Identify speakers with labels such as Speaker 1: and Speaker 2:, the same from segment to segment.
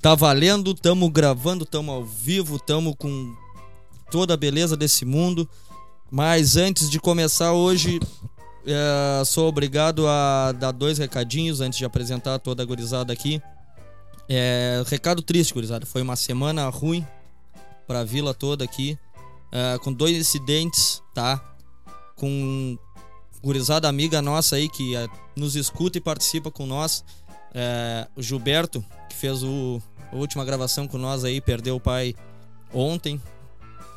Speaker 1: Tá valendo, tamo gravando, tamo ao vivo, tamo com toda a beleza desse mundo. Mas antes de começar hoje, é, sou obrigado a dar dois recadinhos antes de apresentar toda a gurizada aqui. É, recado triste, gurizada. Foi uma semana ruim pra vila toda aqui. é, com dois incidentes, tá? Com gurizada amiga nossa aí que é, nos escuta e participa com nós. É, o Gilberto, que fez o, a última gravação com nós aí, perdeu o pai ontem.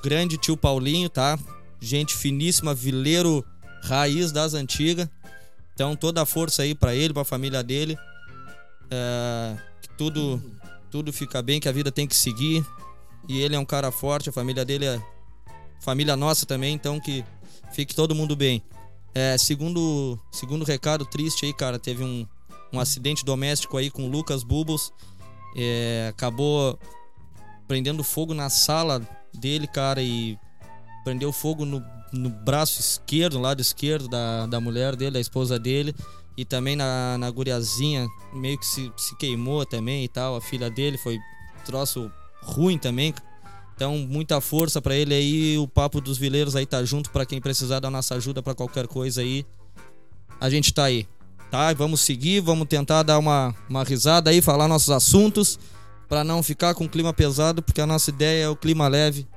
Speaker 1: Grande tio Paulinho, tá? Gente finíssima, vileiro raiz das antigas. Então, toda a força aí pra ele, pra família dele. É, que tudo, tudo fica bem, que a vida tem que seguir. E ele é um cara forte, a família dele é família nossa também, então que fique todo mundo bem. É, segundo, segundo recado triste aí, cara, teve um, um acidente doméstico aí com o Lucas Bubos. É, acabou prendendo fogo na sala dele, cara, e prendeu fogo no, no braço esquerdo, no lado esquerdo da, da mulher dele, da esposa dele, e também na, na guriazinha, meio que se, se queimou também e tal. A filha dele foi troço ruim também. Então, muita força pra ele aí. O Papo dos Vileiros aí tá junto pra quem precisar da nossa ajuda pra qualquer coisa aí. A gente tá aí, tá? E Vamos seguir, vamos tentar dar uma, uma risada aí, falar nossos assuntos pra não ficar com clima pesado, porque a nossa ideia é o clima leve.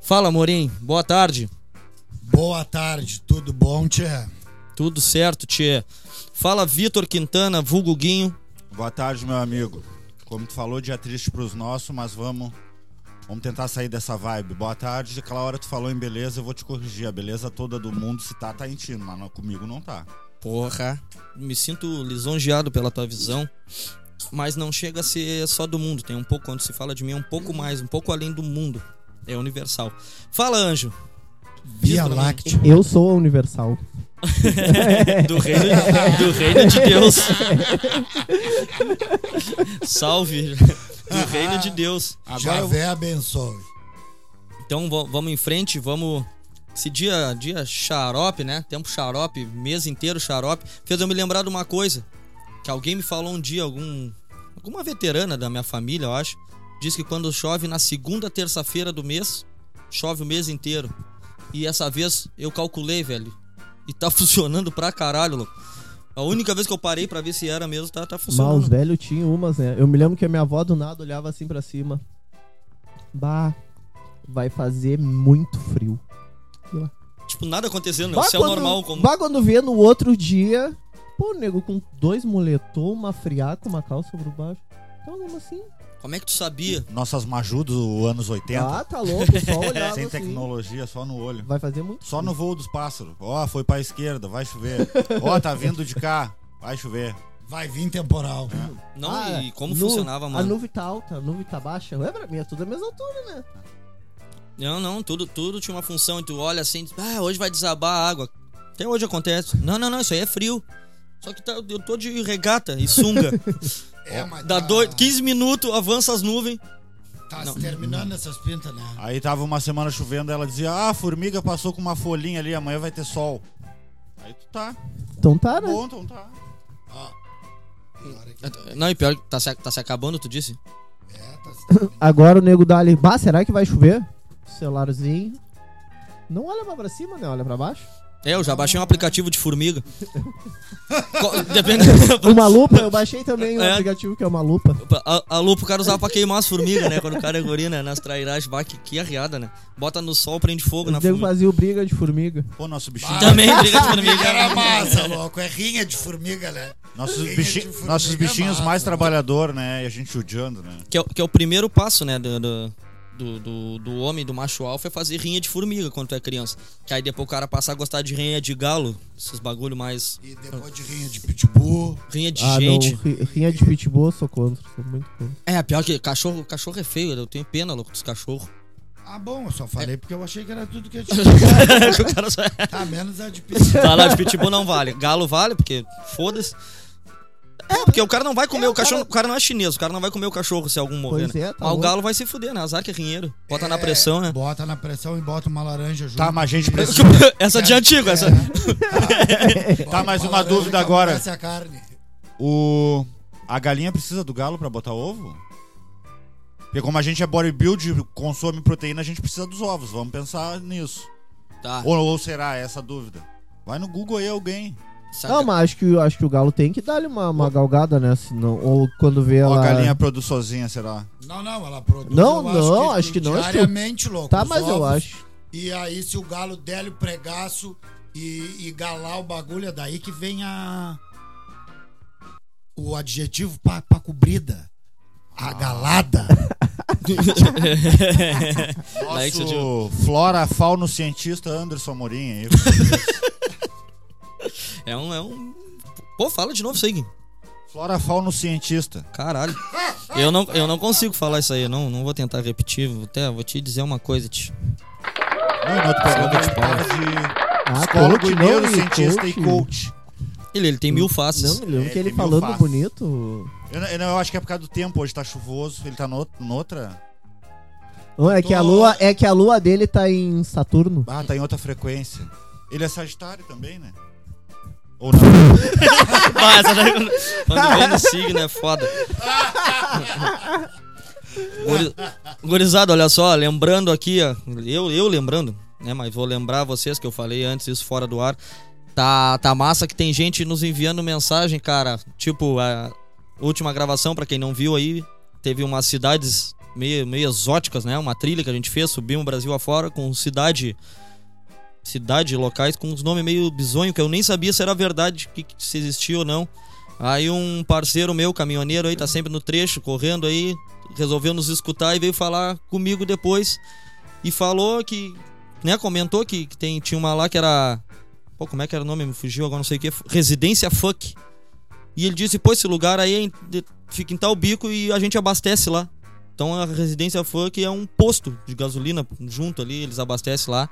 Speaker 1: Fala, Morim. Boa tarde.
Speaker 2: Boa tarde, tudo bom, Tchê?
Speaker 1: Tudo certo, tchê. Fala, Vitor Quintana, vulgo Guinho.
Speaker 3: Boa tarde, meu amigo. Como tu falou, dia triste pros nossos, mas vamos vamos tentar sair dessa vibe. Boa tarde. Aquela hora tu falou em beleza, eu vou te corrigir. A beleza toda do mundo, se tá, tá em ti, mas não- comigo não tá.
Speaker 1: Porra, me sinto lisonjeado pela tua visão, mas não chega a ser só do mundo. Tem um pouco, quando se fala de mim, é um pouco mais, um pouco além do mundo. É universal. Fala, anjo.
Speaker 2: Via
Speaker 1: pra mim.
Speaker 2: Láctea.
Speaker 4: Eu sou a Universal.
Speaker 1: Do reino, do reino de Deus. Salve. Do reino de Deus.
Speaker 2: Já vê abençoe.
Speaker 1: Então va- vamos em frente, vamos. Esse dia, dia xarope, né? Tempo xarope, mês inteiro xarope. Fez eu me lembrar de uma coisa. Que alguém me falou um dia, algum. Alguma veterana da minha família, eu acho. Diz que quando chove na segunda terça-feira do mês, chove o mês inteiro. E essa vez eu calculei, velho. E tá funcionando pra caralho, louco. A única vez que eu parei pra ver se era mesmo, tá, tá
Speaker 4: Mas os
Speaker 1: funcionando.
Speaker 4: velhos tinham umas, né? Eu me lembro que a minha avó do nada olhava assim pra cima. Bah, vai fazer muito frio.
Speaker 1: Tipo, nada acontecendo, né? O
Speaker 4: Bah,
Speaker 1: céu
Speaker 4: quando-
Speaker 1: normal como.
Speaker 4: Bah, quando vê no outro dia. Pô, nego, com dois moletom, uma friaca, uma calça por baixo. Então, como assim?
Speaker 1: Como é que tu sabia?
Speaker 3: Nossas maju do anos 80.
Speaker 4: Ah, tá louco, só olhava
Speaker 3: sem
Speaker 4: assim.
Speaker 3: tecnologia, só no olho.
Speaker 4: Vai fazer muito
Speaker 3: Só no voo dos pássaros. Ó, foi pra esquerda, vai chover. Ó, tá vindo de cá, vai chover.
Speaker 2: Vai vir temporal.
Speaker 1: Não,
Speaker 4: Ah,
Speaker 1: e como
Speaker 4: nu-
Speaker 1: funcionava, mano?
Speaker 4: A nuvem tá alta, a nuvem tá baixa. Não é pra mim, é tudo a mesma altura.
Speaker 1: Não, não, tudo, tudo tinha uma função. E tu olha assim, ah, hoje vai desabar a água. Até hoje acontece. Não, não, não, isso aí é frio. Só que tá- eu tô de regata e sunga.
Speaker 2: É, mas
Speaker 1: Dá
Speaker 2: tá-
Speaker 1: dois, 15 minutos, avança as nuvens.
Speaker 2: Tá
Speaker 1: Não.
Speaker 2: se terminando essas pintas, né?
Speaker 3: Aí tava uma semana chovendo, ela dizia: Ah, a formiga passou com uma folhinha ali, amanhã vai ter sol. Aí tu tá.
Speaker 4: Então
Speaker 2: Ah,
Speaker 4: tá, né?
Speaker 3: Bom, então tá.
Speaker 2: Ó. Agora que-
Speaker 1: Não, e pior, que tá se, tá se acabando, tu disse?
Speaker 2: É, tá se terminando.
Speaker 4: Agora o nego dá ali. Bah, será que vai chover? Celularzinho. Não olha mais pra cima, né? Olha pra baixo.
Speaker 1: É, eu já baixei um aplicativo de formiga. Co- Depende.
Speaker 4: Uma lupa, eu baixei também um
Speaker 1: É.
Speaker 4: aplicativo que é uma lupa.
Speaker 1: A, a lupa o cara usava pra queimar as formigas, né? Quando o cara é guri, né? Nas trairagens, bah, que, que arriada, né? Bota no sol, prende fogo na
Speaker 4: Os nego
Speaker 1: formiga.
Speaker 4: fazia o briga de formiga.
Speaker 3: Pô, nosso bichinho.
Speaker 1: Também briga de
Speaker 2: Formiga era
Speaker 1: formiga. né?
Speaker 2: massa, louco. É rinha de formiga, né?
Speaker 3: Nossos,
Speaker 2: Rinha de
Speaker 3: bichinho-
Speaker 2: formiga
Speaker 3: nossos
Speaker 2: é
Speaker 3: bichinhos
Speaker 2: massa,
Speaker 3: mais
Speaker 2: né?
Speaker 3: trabalhador, né? E a gente odiando, né?
Speaker 1: Que é, o- que é o primeiro passo, né, do, do, do, do- do homem, do macho alfa, é fazer rinha de formiga quando tu é criança. Que aí depois o cara passa a gostar de rinha de galo, esses bagulho mais...
Speaker 2: E depois de rinha de pitbull.
Speaker 1: Rinha de
Speaker 4: Ah,
Speaker 1: gente.
Speaker 4: não. ri- Rinha de pitbull, eu sou contra. Sou muito contra.
Speaker 1: É, pior que cachorro, cachorro é feio, eu tenho pena, louco, dos cachorros.
Speaker 2: Ah, bom, eu só falei porque eu achei que era tudo que eu tinha.
Speaker 1: o cara só...
Speaker 2: tá, menos a de pitbull.
Speaker 1: Tá lá, de pitbull não vale. Galo vale, porque foda-se. É, porque o cara não vai comer
Speaker 4: É,
Speaker 1: o
Speaker 4: o cara-
Speaker 1: cachorro. O cara não é chinês, o cara não vai comer o cachorro se algum morrer,
Speaker 4: Pois
Speaker 1: né?
Speaker 4: é, tá
Speaker 1: Mas o
Speaker 4: louco.
Speaker 1: galo vai se fuder, né? Azar que é rinheiro. Bota na
Speaker 2: É,
Speaker 1: pressão, né?
Speaker 2: Bota na pressão e bota uma laranja junto. É.
Speaker 3: Tá, mas a gente precisa.
Speaker 1: essa de antigo, essa...
Speaker 4: É. Tá,
Speaker 2: Bota
Speaker 3: mais uma
Speaker 2: laranja
Speaker 3: dúvida
Speaker 2: que
Speaker 3: agora.
Speaker 2: amolece a carne.
Speaker 3: O. A galinha precisa do galo pra botar ovo? Porque como a gente é bodybuild, consome proteína, a gente precisa dos ovos. Vamos pensar nisso.
Speaker 5: Tá.
Speaker 3: Ou, ou será essa a dúvida? Vai no Google aí alguém.
Speaker 1: Tá
Speaker 5: saca-
Speaker 4: Não, mas acho que, acho que o Galo tem que dar-lhe uma, uma galgada, né? Senão, ou quando vê
Speaker 3: Ou
Speaker 4: ela.
Speaker 3: a galinha produz sozinha, será?
Speaker 2: Não, não, ela produz.
Speaker 4: Não,
Speaker 2: eu
Speaker 4: não, acho que não, acho que-
Speaker 2: Diariamente, louco.
Speaker 4: Tá,
Speaker 2: os
Speaker 4: mas eu
Speaker 2: ovos.
Speaker 4: acho.
Speaker 2: E aí, se o galo der o pregaço e, e galar o bagulho, é daí que vem a. O adjetivo pra, pra cobrida.
Speaker 1: Ah.
Speaker 2: A galada.
Speaker 1: Daí que você diz-
Speaker 3: Nosso flora, fauno, cientista Anderson Morim aí.
Speaker 1: É um, é um. Pô, fala de novo isso aí, Gui.
Speaker 3: flora, fauno, cientista.
Speaker 1: Caralho. Eu não, eu não consigo falar isso aí. Eu não, não vou tentar repetir. Vou, até, vou te dizer uma coisa, tio.
Speaker 3: Não, no outro programa a gente tava de
Speaker 4: Ah,
Speaker 3: psicólogo,
Speaker 4: coach, não,
Speaker 3: mineiro,
Speaker 4: e
Speaker 3: cientista e coach.
Speaker 1: Ele, ele tem mil faces.
Speaker 4: Não, me lembro
Speaker 3: É,
Speaker 4: que ele
Speaker 3: tem mil
Speaker 4: falando
Speaker 3: faces.
Speaker 4: bonito.
Speaker 3: Eu, eu- eu acho que é por causa do tempo, hoje tá chuvoso, ele tá no, noutra...
Speaker 4: Não, é que a lua, é que a lua dele tá em Saturno.
Speaker 3: Ah, tá em outra frequência. Ele é sagitário também, né? Ou não?
Speaker 1: Ah, essa daí, quando- quando vem no signo é foda. Guri- Gurizada, olha só, lembrando aqui, ó, eu, eu lembrando, né? Mas vou lembrar vocês que eu falei antes isso fora do ar. Tá, tá massa que tem gente nos enviando mensagem, cara. Tipo, a última gravação, pra quem não viu aí, teve umas cidades meio, meio exóticas, né? Uma trilha que a gente fez, subimos o Brasil afora com cidade cidade, locais com uns nomes meio bizonho que eu nem sabia se era verdade, que, que- se existia ou não. Aí um parceiro meu, caminhoneiro aí, tá sempre no trecho, correndo aí, resolveu nos escutar e veio falar comigo depois e falou que, né, comentou que, que tem, tinha uma lá que era, pô, como é que era o nome? Me fugiu agora, não sei o que, Residência Fuck. E ele disse, pô, esse lugar aí é em- de- fica em tal bico e a gente abastece lá. Então a Residência Fuck é um posto de gasolina junto ali, eles abastecem lá.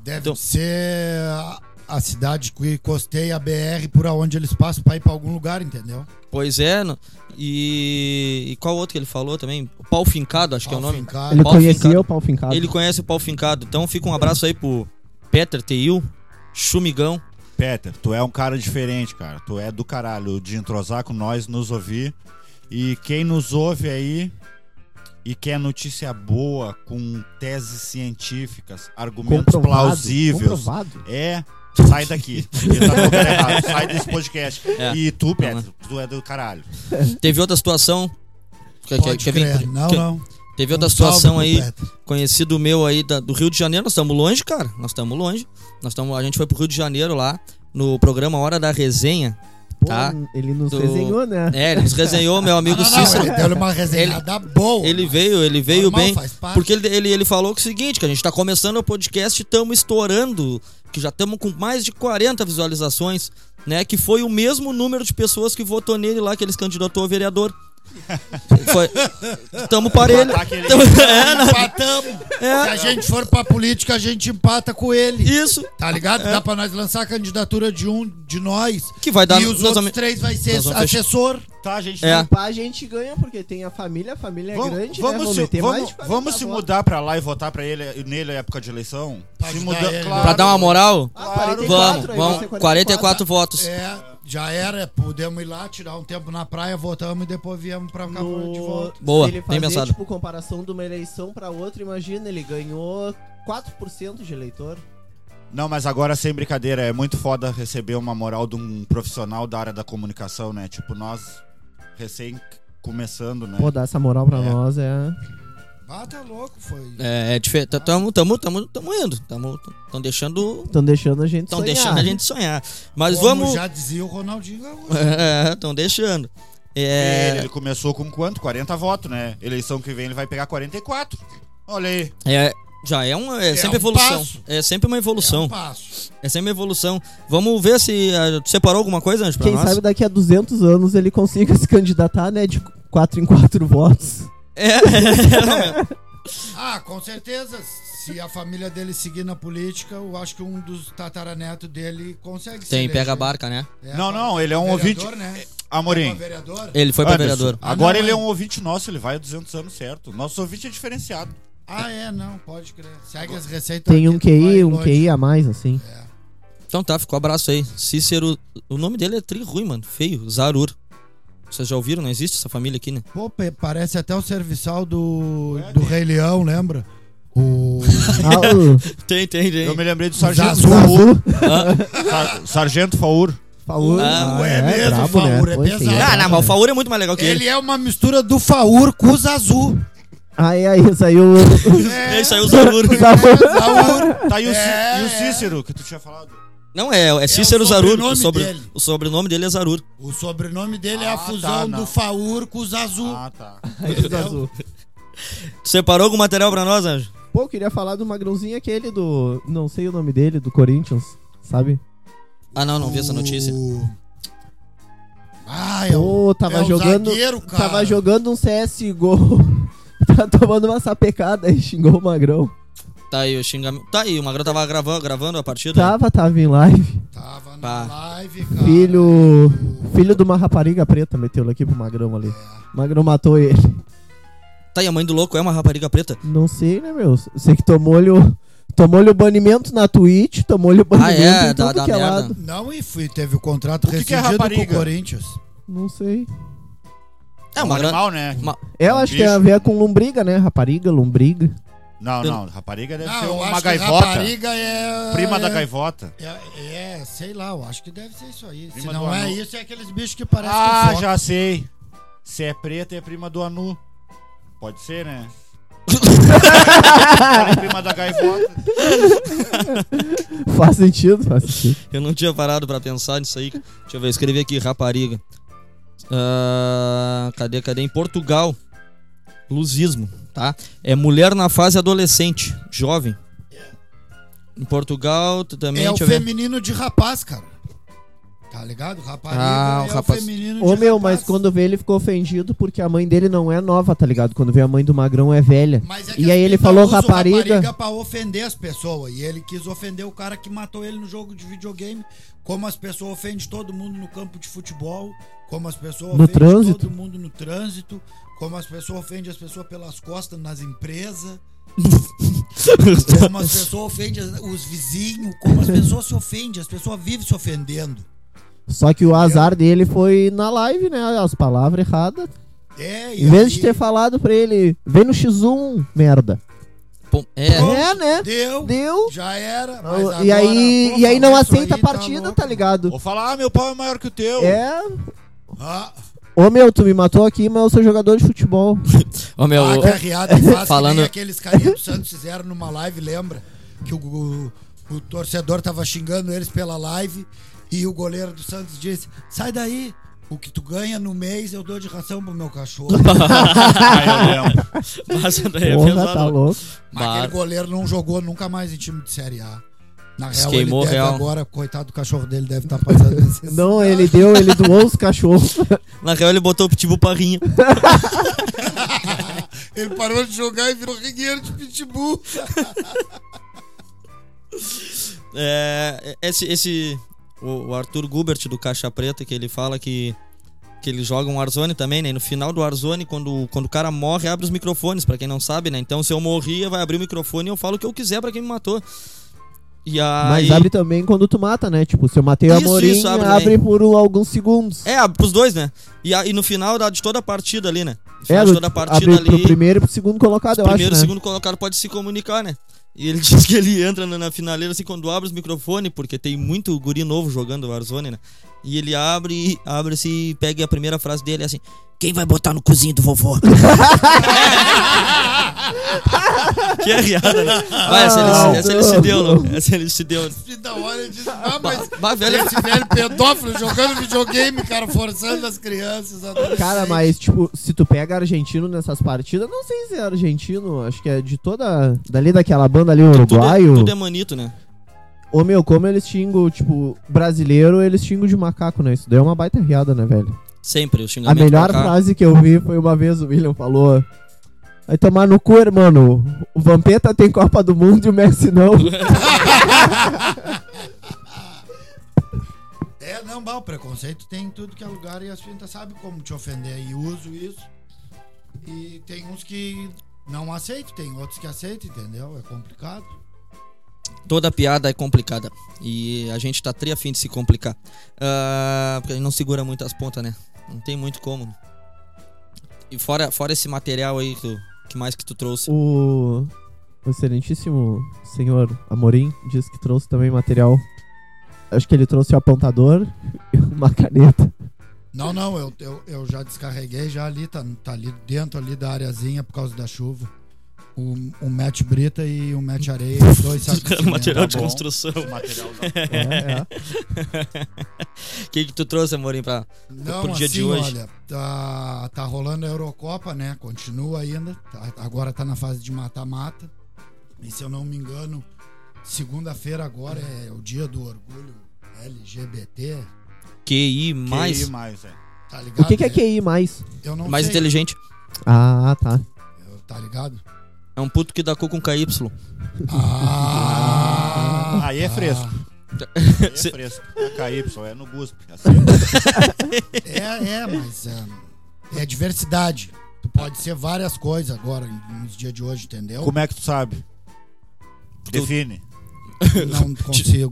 Speaker 2: Deve
Speaker 1: Então-
Speaker 2: ser a, a cidade que costeia a BR por onde eles passam pra ir pra algum lugar, entendeu?
Speaker 1: Pois é, no- e, e qual outro que ele falou também? O pau fincado, acho que é o nome.
Speaker 2: Alfincar.
Speaker 4: Ele
Speaker 1: Pau
Speaker 4: conhecia
Speaker 1: fincado.
Speaker 4: o pau fincado.
Speaker 1: Ele conhece o pau fincado. Então fica um abraço aí pro Peter Teil, Chumigão.
Speaker 3: Peter, tu é um cara diferente, cara. Tu é do caralho de entrosar com nós, nos ouvir. E quem nos ouve aí e quer notícia boa, com teses científicas, argumentos
Speaker 4: comprovado,
Speaker 3: plausíveis,
Speaker 4: comprovado.
Speaker 3: É, sai daqui. Porque tá no lugar errado. Sai desse podcast.
Speaker 1: É.
Speaker 3: E tu, Pedro, tu é do caralho.
Speaker 1: Teve outra situação. Quer- quer-
Speaker 2: Pode
Speaker 1: quer vir-
Speaker 2: crer. Não,
Speaker 1: quer-
Speaker 2: não.
Speaker 1: Teve é outra
Speaker 2: Um
Speaker 1: situação
Speaker 2: salve
Speaker 1: aí,
Speaker 2: pro Petro.
Speaker 1: conhecido meu aí da- do Rio de Janeiro. Nós estamos longe, cara. Nós estamos longe. Nós tamo, a gente foi pro Rio de Janeiro lá, no programa Hora da Resenha.
Speaker 4: Pô,
Speaker 1: Tá.
Speaker 4: Ele não
Speaker 1: Do-
Speaker 4: desenhou, né?
Speaker 1: É, ele nos resenhou, meu amigo
Speaker 2: Não, é não,
Speaker 1: Cícero.
Speaker 2: ele deu uma resenhada boa.
Speaker 1: é Ele veio, ele veio
Speaker 2: Normal,
Speaker 1: bem.
Speaker 2: faz parte.
Speaker 1: Porque ele, ele, ele falou que é o seguinte, que a gente tá começando o podcast e estamos estourando, que já estamos com mais de 40 visualizações, né? Que foi o mesmo número de pessoas que votou nele lá, que ele se candidatou a vereador. Foi. Tamo parelho.
Speaker 3: Tá aquele-
Speaker 1: Tamo- é, não,
Speaker 2: Empatamos. Se a gente for pra política, a gente empata com ele.
Speaker 1: é, isso.
Speaker 2: Tá ligado? Dá pra nós lançar a candidatura de um de nós.
Speaker 1: É. Que vai dar.
Speaker 2: e os
Speaker 1: nós
Speaker 2: outros
Speaker 1: vamos-
Speaker 2: três vai ser
Speaker 1: nós vamos fechar-
Speaker 2: assessor.
Speaker 3: Tá, gente.
Speaker 1: É.
Speaker 4: Pá, a gente ganha porque tem a família, a família é grande, né?
Speaker 3: vamos
Speaker 4: Vão
Speaker 3: se,
Speaker 4: meter mais
Speaker 3: vamos,
Speaker 4: de 40
Speaker 3: vamos se
Speaker 4: votos.
Speaker 3: mudar pra lá e votar pra ele e nele na época de eleição?
Speaker 2: Pra
Speaker 3: se
Speaker 2: ajudar
Speaker 3: mudar,
Speaker 2: ele.
Speaker 3: claro.
Speaker 1: Pra dar uma moral?
Speaker 4: Ah,
Speaker 3: Claro.
Speaker 4: 44,
Speaker 1: Vamos,
Speaker 4: aí vai
Speaker 1: vamos.
Speaker 4: ser
Speaker 1: 44,
Speaker 4: 44.
Speaker 1: votos.
Speaker 2: É, já era. Podemos ir lá, tirar um tempo na praia, votamos e depois viemos pra cá de
Speaker 4: No...
Speaker 2: volta.
Speaker 1: Boa,
Speaker 4: se ele
Speaker 1: bem
Speaker 4: fazer,
Speaker 1: pensado.
Speaker 4: tipo, comparação de uma eleição pra outra, imagina, ele ganhou 4% de eleitor.
Speaker 3: Não, mas agora sem brincadeira, é muito foda receber uma moral de um profissional da área da comunicação, né? Tipo, nós recém começando, né?
Speaker 4: Pô, dar essa moral pra
Speaker 3: É.
Speaker 4: nós é...
Speaker 2: Ah, tá louco, foi.
Speaker 1: É, é diferente. Tamo, tamo, tamo, tamo indo. Tamo, tão deixando.
Speaker 4: Estão deixando a gente
Speaker 1: Tão
Speaker 4: sonhar.
Speaker 1: deixando a gente sonhar. Mas
Speaker 2: Como
Speaker 1: vamos.
Speaker 2: já dizia o Ronaldinho Gaúcho.
Speaker 1: É, estão deixando. É,
Speaker 3: Ele, ele começou com quanto? 40 votos, né? Eleição que vem ele vai pegar 44. Olha aí.
Speaker 1: É, já é uma. É,
Speaker 2: É
Speaker 1: sempre
Speaker 2: um
Speaker 1: evolução.
Speaker 2: passo.
Speaker 1: É sempre uma
Speaker 2: É um
Speaker 1: evolução.
Speaker 2: passo.
Speaker 1: É, sempre evolução. Vamos ver se. ah, tu separou alguma coisa antes pra
Speaker 4: Quem
Speaker 1: nós?
Speaker 4: sabe daqui a 200 anos ele consiga se candidatar, né, de 4 em 4 votos.
Speaker 1: É.
Speaker 2: Ah, com certeza. Se a família dele seguir na política, eu acho que um dos tataranetos dele consegue se
Speaker 1: Tem,
Speaker 2: eleger.
Speaker 1: pega a barca, né?
Speaker 2: É,
Speaker 3: Não,
Speaker 2: pra-
Speaker 3: não, ele é um
Speaker 2: vereador,
Speaker 3: ouvinte.
Speaker 2: Né? É pra
Speaker 3: Amorim.
Speaker 2: vereador?
Speaker 1: Ele foi pra
Speaker 3: Anderson,
Speaker 1: vereador.
Speaker 3: Agora
Speaker 2: Ah, não,
Speaker 3: ele é
Speaker 2: é.
Speaker 3: um ouvinte nosso, ele vai há 200 anos certo. Nosso ouvinte é diferenciado.
Speaker 2: Ah, é, não, pode crer. Segue as receitas.
Speaker 4: Tem
Speaker 2: aqui,
Speaker 4: um
Speaker 2: tu vai
Speaker 4: QI, um
Speaker 2: longe.
Speaker 4: QI a mais, assim.
Speaker 1: Então tá, ficou um abraço aí. Cícero. O nome dele é Tri Ruim, mano. Feio. Zarur. Vocês já ouviram? Não existe essa família aqui, né?
Speaker 2: Pô, pe- parece até o serviçal do, do Rei Leão, lembra? O
Speaker 1: É.
Speaker 4: Ah, o
Speaker 1: Tem, tem, tem.
Speaker 3: Eu me lembrei do Sargento
Speaker 2: Zazu.
Speaker 3: Faur. Sar- Sargento Faur.
Speaker 4: Faur.
Speaker 1: Ah,
Speaker 2: é mesmo,
Speaker 4: brabo, né?
Speaker 2: Faur, é
Speaker 4: Pô, esse aí
Speaker 2: pesado.
Speaker 1: Ah,
Speaker 4: brabo,
Speaker 1: não, mas o
Speaker 4: né?
Speaker 1: Faur é muito mais legal que ele.
Speaker 2: ele é uma mistura do Faur com o Zazu.
Speaker 4: Aí, aí, saiu o...
Speaker 1: É, isso aí, o Zarur.
Speaker 2: Zaur.
Speaker 3: Tá, e o, Ci-
Speaker 2: É,
Speaker 3: e o
Speaker 2: é.
Speaker 3: Cícero, que tu tinha falado.
Speaker 1: Não, é, é Cícero Zarur.
Speaker 2: sobrenome
Speaker 1: O, sobre-
Speaker 2: dele.
Speaker 1: o sobrenome dele é Zarur.
Speaker 2: O sobrenome dele é
Speaker 3: Ah,
Speaker 2: a
Speaker 3: tá,
Speaker 2: fusão
Speaker 3: não.
Speaker 2: do Faur com o
Speaker 1: É,
Speaker 2: Zazu.
Speaker 3: Ah, tá.
Speaker 4: Aí, é azul.
Speaker 1: Separou algum material pra nós, Anjo?
Speaker 4: Pô, eu queria falar do magrãozinho aquele do... Não sei o nome dele, do Corinthians, sabe?
Speaker 1: Ah, não, não vi essa notícia.
Speaker 2: O- Ah, é o...
Speaker 4: Pô, tava
Speaker 2: é o
Speaker 4: jogando...
Speaker 2: zagueiro, cara.
Speaker 4: Tava jogando um CSGO. tá tomando uma sapecada e xingou o magrão.
Speaker 1: Tá aí o xingamento. Tá aí, o Magrão tava gravando, gravando a partida.
Speaker 4: Tava, tava em live.
Speaker 2: Tava na
Speaker 1: Pá.
Speaker 2: live, cara.
Speaker 4: Filho. Filho de uma rapariga preta meteu ele aqui pro Magrão
Speaker 2: É.
Speaker 4: ali. Magrão matou ele.
Speaker 1: Tá aí, a mãe do louco é uma rapariga preta.
Speaker 4: Não sei, né, meu? Sei que tomou-lhe o. Tomou-lhe o banimento na Twitch, tomou-lhe o
Speaker 2: Ah,
Speaker 4: banimento
Speaker 1: é,
Speaker 4: em
Speaker 1: da-
Speaker 4: tudo
Speaker 1: da
Speaker 4: que é
Speaker 1: merda.
Speaker 4: lado.
Speaker 2: Não, e fui, teve o contrato
Speaker 3: O que que é
Speaker 2: rescindido com o
Speaker 3: rapariga?
Speaker 2: Corinthians.
Speaker 4: Não sei.
Speaker 1: É, o Magrão.
Speaker 3: animal, né?
Speaker 1: Ma-
Speaker 4: Eu acho que tem a
Speaker 3: Bicho.
Speaker 4: ver com lombriga, né? Rapariga, lombriga.
Speaker 3: Não, não. Rapariga deve
Speaker 2: Não,
Speaker 3: ser
Speaker 2: eu
Speaker 3: uma
Speaker 2: acho que
Speaker 3: gaivota.
Speaker 2: rapariga é...
Speaker 3: Prima da
Speaker 2: é-
Speaker 3: gaivota.
Speaker 2: É, é, sei lá, eu acho que deve ser isso aí.
Speaker 3: Prima
Speaker 2: Se
Speaker 3: do
Speaker 2: não é
Speaker 3: anão.
Speaker 2: isso, é aqueles bichos que é parecem
Speaker 3: Ah,
Speaker 2: com foca.
Speaker 3: já sei. Se é preta, é prima do Anu. Pode ser, né? Cara, é prima da gaivota.
Speaker 4: Faz sentido, faz sentido.
Speaker 1: Eu não tinha parado pra pensar nisso aí. Deixa eu ver, escrevi aqui, rapariga. Ah, cadê, cadê? Em Portugal, blusismo, tá? É mulher na fase adolescente, jovem. Em Portugal, tu também,
Speaker 2: É o
Speaker 1: deixa eu ver.
Speaker 2: feminino de rapaz, cara. Tá ligado? Rapariga
Speaker 1: Ah, o
Speaker 2: é
Speaker 1: rapaz.
Speaker 2: o feminino de
Speaker 4: Ô meu,
Speaker 2: rapaz.
Speaker 4: mas quando vê ele ficou ofendido porque a mãe dele não é nova, tá ligado? Quando vê a mãe do Magrão é velha.
Speaker 2: Mas é que
Speaker 4: E
Speaker 2: as
Speaker 4: aí ele
Speaker 2: pitas
Speaker 4: falou
Speaker 2: usam
Speaker 4: rapariga.
Speaker 2: pra ofender as pessoas. E ele quis ofender o cara que matou ele no jogo de videogame. Como as pessoas ofendem todo mundo no campo de futebol. Como as pessoas
Speaker 4: No
Speaker 2: ofendem
Speaker 4: trânsito.
Speaker 2: todo mundo no trânsito. Como as pessoas ofendem as pessoas pelas costas nas empresas. como as pessoas ofendem os vizinhos. Como as pessoas se ofendem. As pessoas vivem se ofendendo.
Speaker 4: Só que o azar dele foi na live, né? As palavras erradas.
Speaker 2: É, e
Speaker 4: Em vez
Speaker 2: aí
Speaker 4: de ter falado pra ele, vem no X1, merda.
Speaker 1: Pom- é,
Speaker 4: É, né?
Speaker 2: Deu,
Speaker 4: Deu.
Speaker 2: já era.
Speaker 4: Ah,
Speaker 2: mas
Speaker 4: e
Speaker 2: agora,
Speaker 4: aí,
Speaker 2: pô,
Speaker 4: e aí não
Speaker 2: falar isso
Speaker 4: aceita a
Speaker 2: aí tá
Speaker 4: partida,
Speaker 2: louco.
Speaker 4: tá, ligado?
Speaker 3: Ou falar, ah, meu pau é maior que o teu.
Speaker 4: É.
Speaker 2: Ah,
Speaker 4: Ô meu, tu me matou aqui, mas eu sou jogador de futebol.
Speaker 1: Ô, meu,
Speaker 2: Ah,
Speaker 1: É o-
Speaker 2: carreada e
Speaker 1: Falando-
Speaker 2: fácil, Falando... que nem aqueles carinha do Santos fizeram numa live, lembra? Que o, o, o torcedor tava xingando eles pela live e o goleiro do Santos disse, sai daí, o que tu ganha no mês eu dou de ração pro meu cachorro.
Speaker 3: Ah, eu lembro.
Speaker 1: mas é
Speaker 4: Porra, tá
Speaker 1: pesado.
Speaker 4: louco.
Speaker 2: Mas
Speaker 1: Bah,
Speaker 2: aquele goleiro não jogou nunca mais em time de Série A. Na
Speaker 1: Se
Speaker 2: real,
Speaker 1: queimou,
Speaker 2: ele deve
Speaker 1: real.
Speaker 2: agora, coitado do cachorro dele, deve tá estar passando necessidade.
Speaker 4: Não, ele deu, ele doou os cachorros.
Speaker 1: Na real, ele botou o pitbull pra rinha.
Speaker 2: Ele parou de jogar e virou rigueiro de pitbull.
Speaker 1: É, esse, esse o, o Arthur Gubert do Caixa Preta que ele fala que que ele joga um Warzone também, né? E No final do Warzone, quando, quando o cara morre, abre os microfones, pra quem não sabe, né? Então, se eu morrer, vai abrir o microfone e eu falo o que eu quiser pra quem me matou. E aí...
Speaker 4: Mas abre também quando tu mata, né? Tipo, se eu matei o
Speaker 1: Isso,
Speaker 4: Amorim,
Speaker 1: isso, abre
Speaker 4: abre,
Speaker 1: também.
Speaker 4: por um- alguns segundos.
Speaker 1: É, abre pros dois, né? E, aí no final da, de toda a partida ali, né? No final de
Speaker 4: É, do- tipo,
Speaker 1: toda a partida
Speaker 4: abre
Speaker 1: ali,
Speaker 4: pro primeiro e pro segundo colocado, eu acho,
Speaker 1: primeiro e
Speaker 4: né?
Speaker 1: segundo colocado pode se comunicar, né? E ele diz que ele entra na, na finaleira assim quando abre os microfones, porque tem muito guri novo jogando Warzone, né? E ele abre, abre assim, pega e a primeira frase dele é assim: Quem vai botar no cozinho do vovô? que riada, né? Vai, essa ele,
Speaker 4: Ah,
Speaker 1: essa ele se deu, louco. Essa ele se deu.
Speaker 2: E da hora ele disse, ah, mas
Speaker 1: Bah, velho,
Speaker 2: Esse velho pedófilo jogando videogame, cara, forçando as crianças. adolescentes.
Speaker 4: Cara, mas tipo, se tu pega argentino nessas partidas, não sei se é argentino, acho que é de toda. Dali daquela banda ali,
Speaker 1: tudo, é,
Speaker 4: uruguaio.
Speaker 1: tudo é manito, né?
Speaker 4: Ô meu, como eles xingam, tipo, brasileiro, eles xingam de macaco, né? Isso daí é uma baita riada, né, velho?
Speaker 1: Sempre o
Speaker 4: A
Speaker 1: xingamento.
Speaker 4: melhor
Speaker 1: pra cá.
Speaker 4: frase que eu vi foi uma vez o William falou. Vai tomar no cu, irmão. O Vampeta tem Copa do Mundo e o Messi não.
Speaker 2: É, não, mal, preconceito tem em tudo que é lugar e as pintas sabem como te ofender e uso isso. E tem uns que não aceitam, tem outros que aceitam, entendeu? É complicado.
Speaker 1: Toda piada é complicada. E a gente tá tri afim de se complicar. Ah, porque a gente não segura muito as pontas, né? Não tem muito como. E fora, fora esse material aí, que, tu- que mais que tu trouxe?
Speaker 4: O excelentíssimo senhor Amorim disse que trouxe também material. Acho que ele trouxe o apontador e uma caneta.
Speaker 2: Não, não, eu, eu, eu já descarreguei, já ali, tá, tá ali dentro ali da areazinha por causa da chuva. O, o Matt Brita e o Matt Areia, os dois sacos de cimento.
Speaker 1: material de
Speaker 4: Tá
Speaker 3: bom.
Speaker 1: construção.
Speaker 3: Esse material da-
Speaker 4: É, é.
Speaker 1: O que, que tu trouxe, Amorim, pra.
Speaker 2: Não,
Speaker 1: pro dia
Speaker 2: assim,
Speaker 1: de hoje.
Speaker 2: olha, tá, tá rolando a Eurocopa, né? Continua ainda. tá- agora tá na fase de mata-mata. E se eu não me engano, segunda-feira agora é o dia do orgulho LGBT,
Speaker 1: QI mais.
Speaker 3: QI mais, é.
Speaker 2: tá
Speaker 4: O
Speaker 2: ligado?
Speaker 4: que, que é QI mais?
Speaker 2: Eu não
Speaker 1: mais
Speaker 2: sei,
Speaker 1: inteligente.
Speaker 4: Ah, tá.
Speaker 2: eu- tá ligado?
Speaker 1: É um puto que dá cu com KY.
Speaker 2: Ah,
Speaker 3: Aí é fresco. Aí é
Speaker 1: Se-
Speaker 3: fresco. KY, é no GUSP. Assim.
Speaker 2: Então- É, é, mas é, é diversidade. Tu pode ser várias coisas agora, nos dias de hoje, entendeu?
Speaker 3: Como é que tu sabe? Define.
Speaker 2: Não consigo.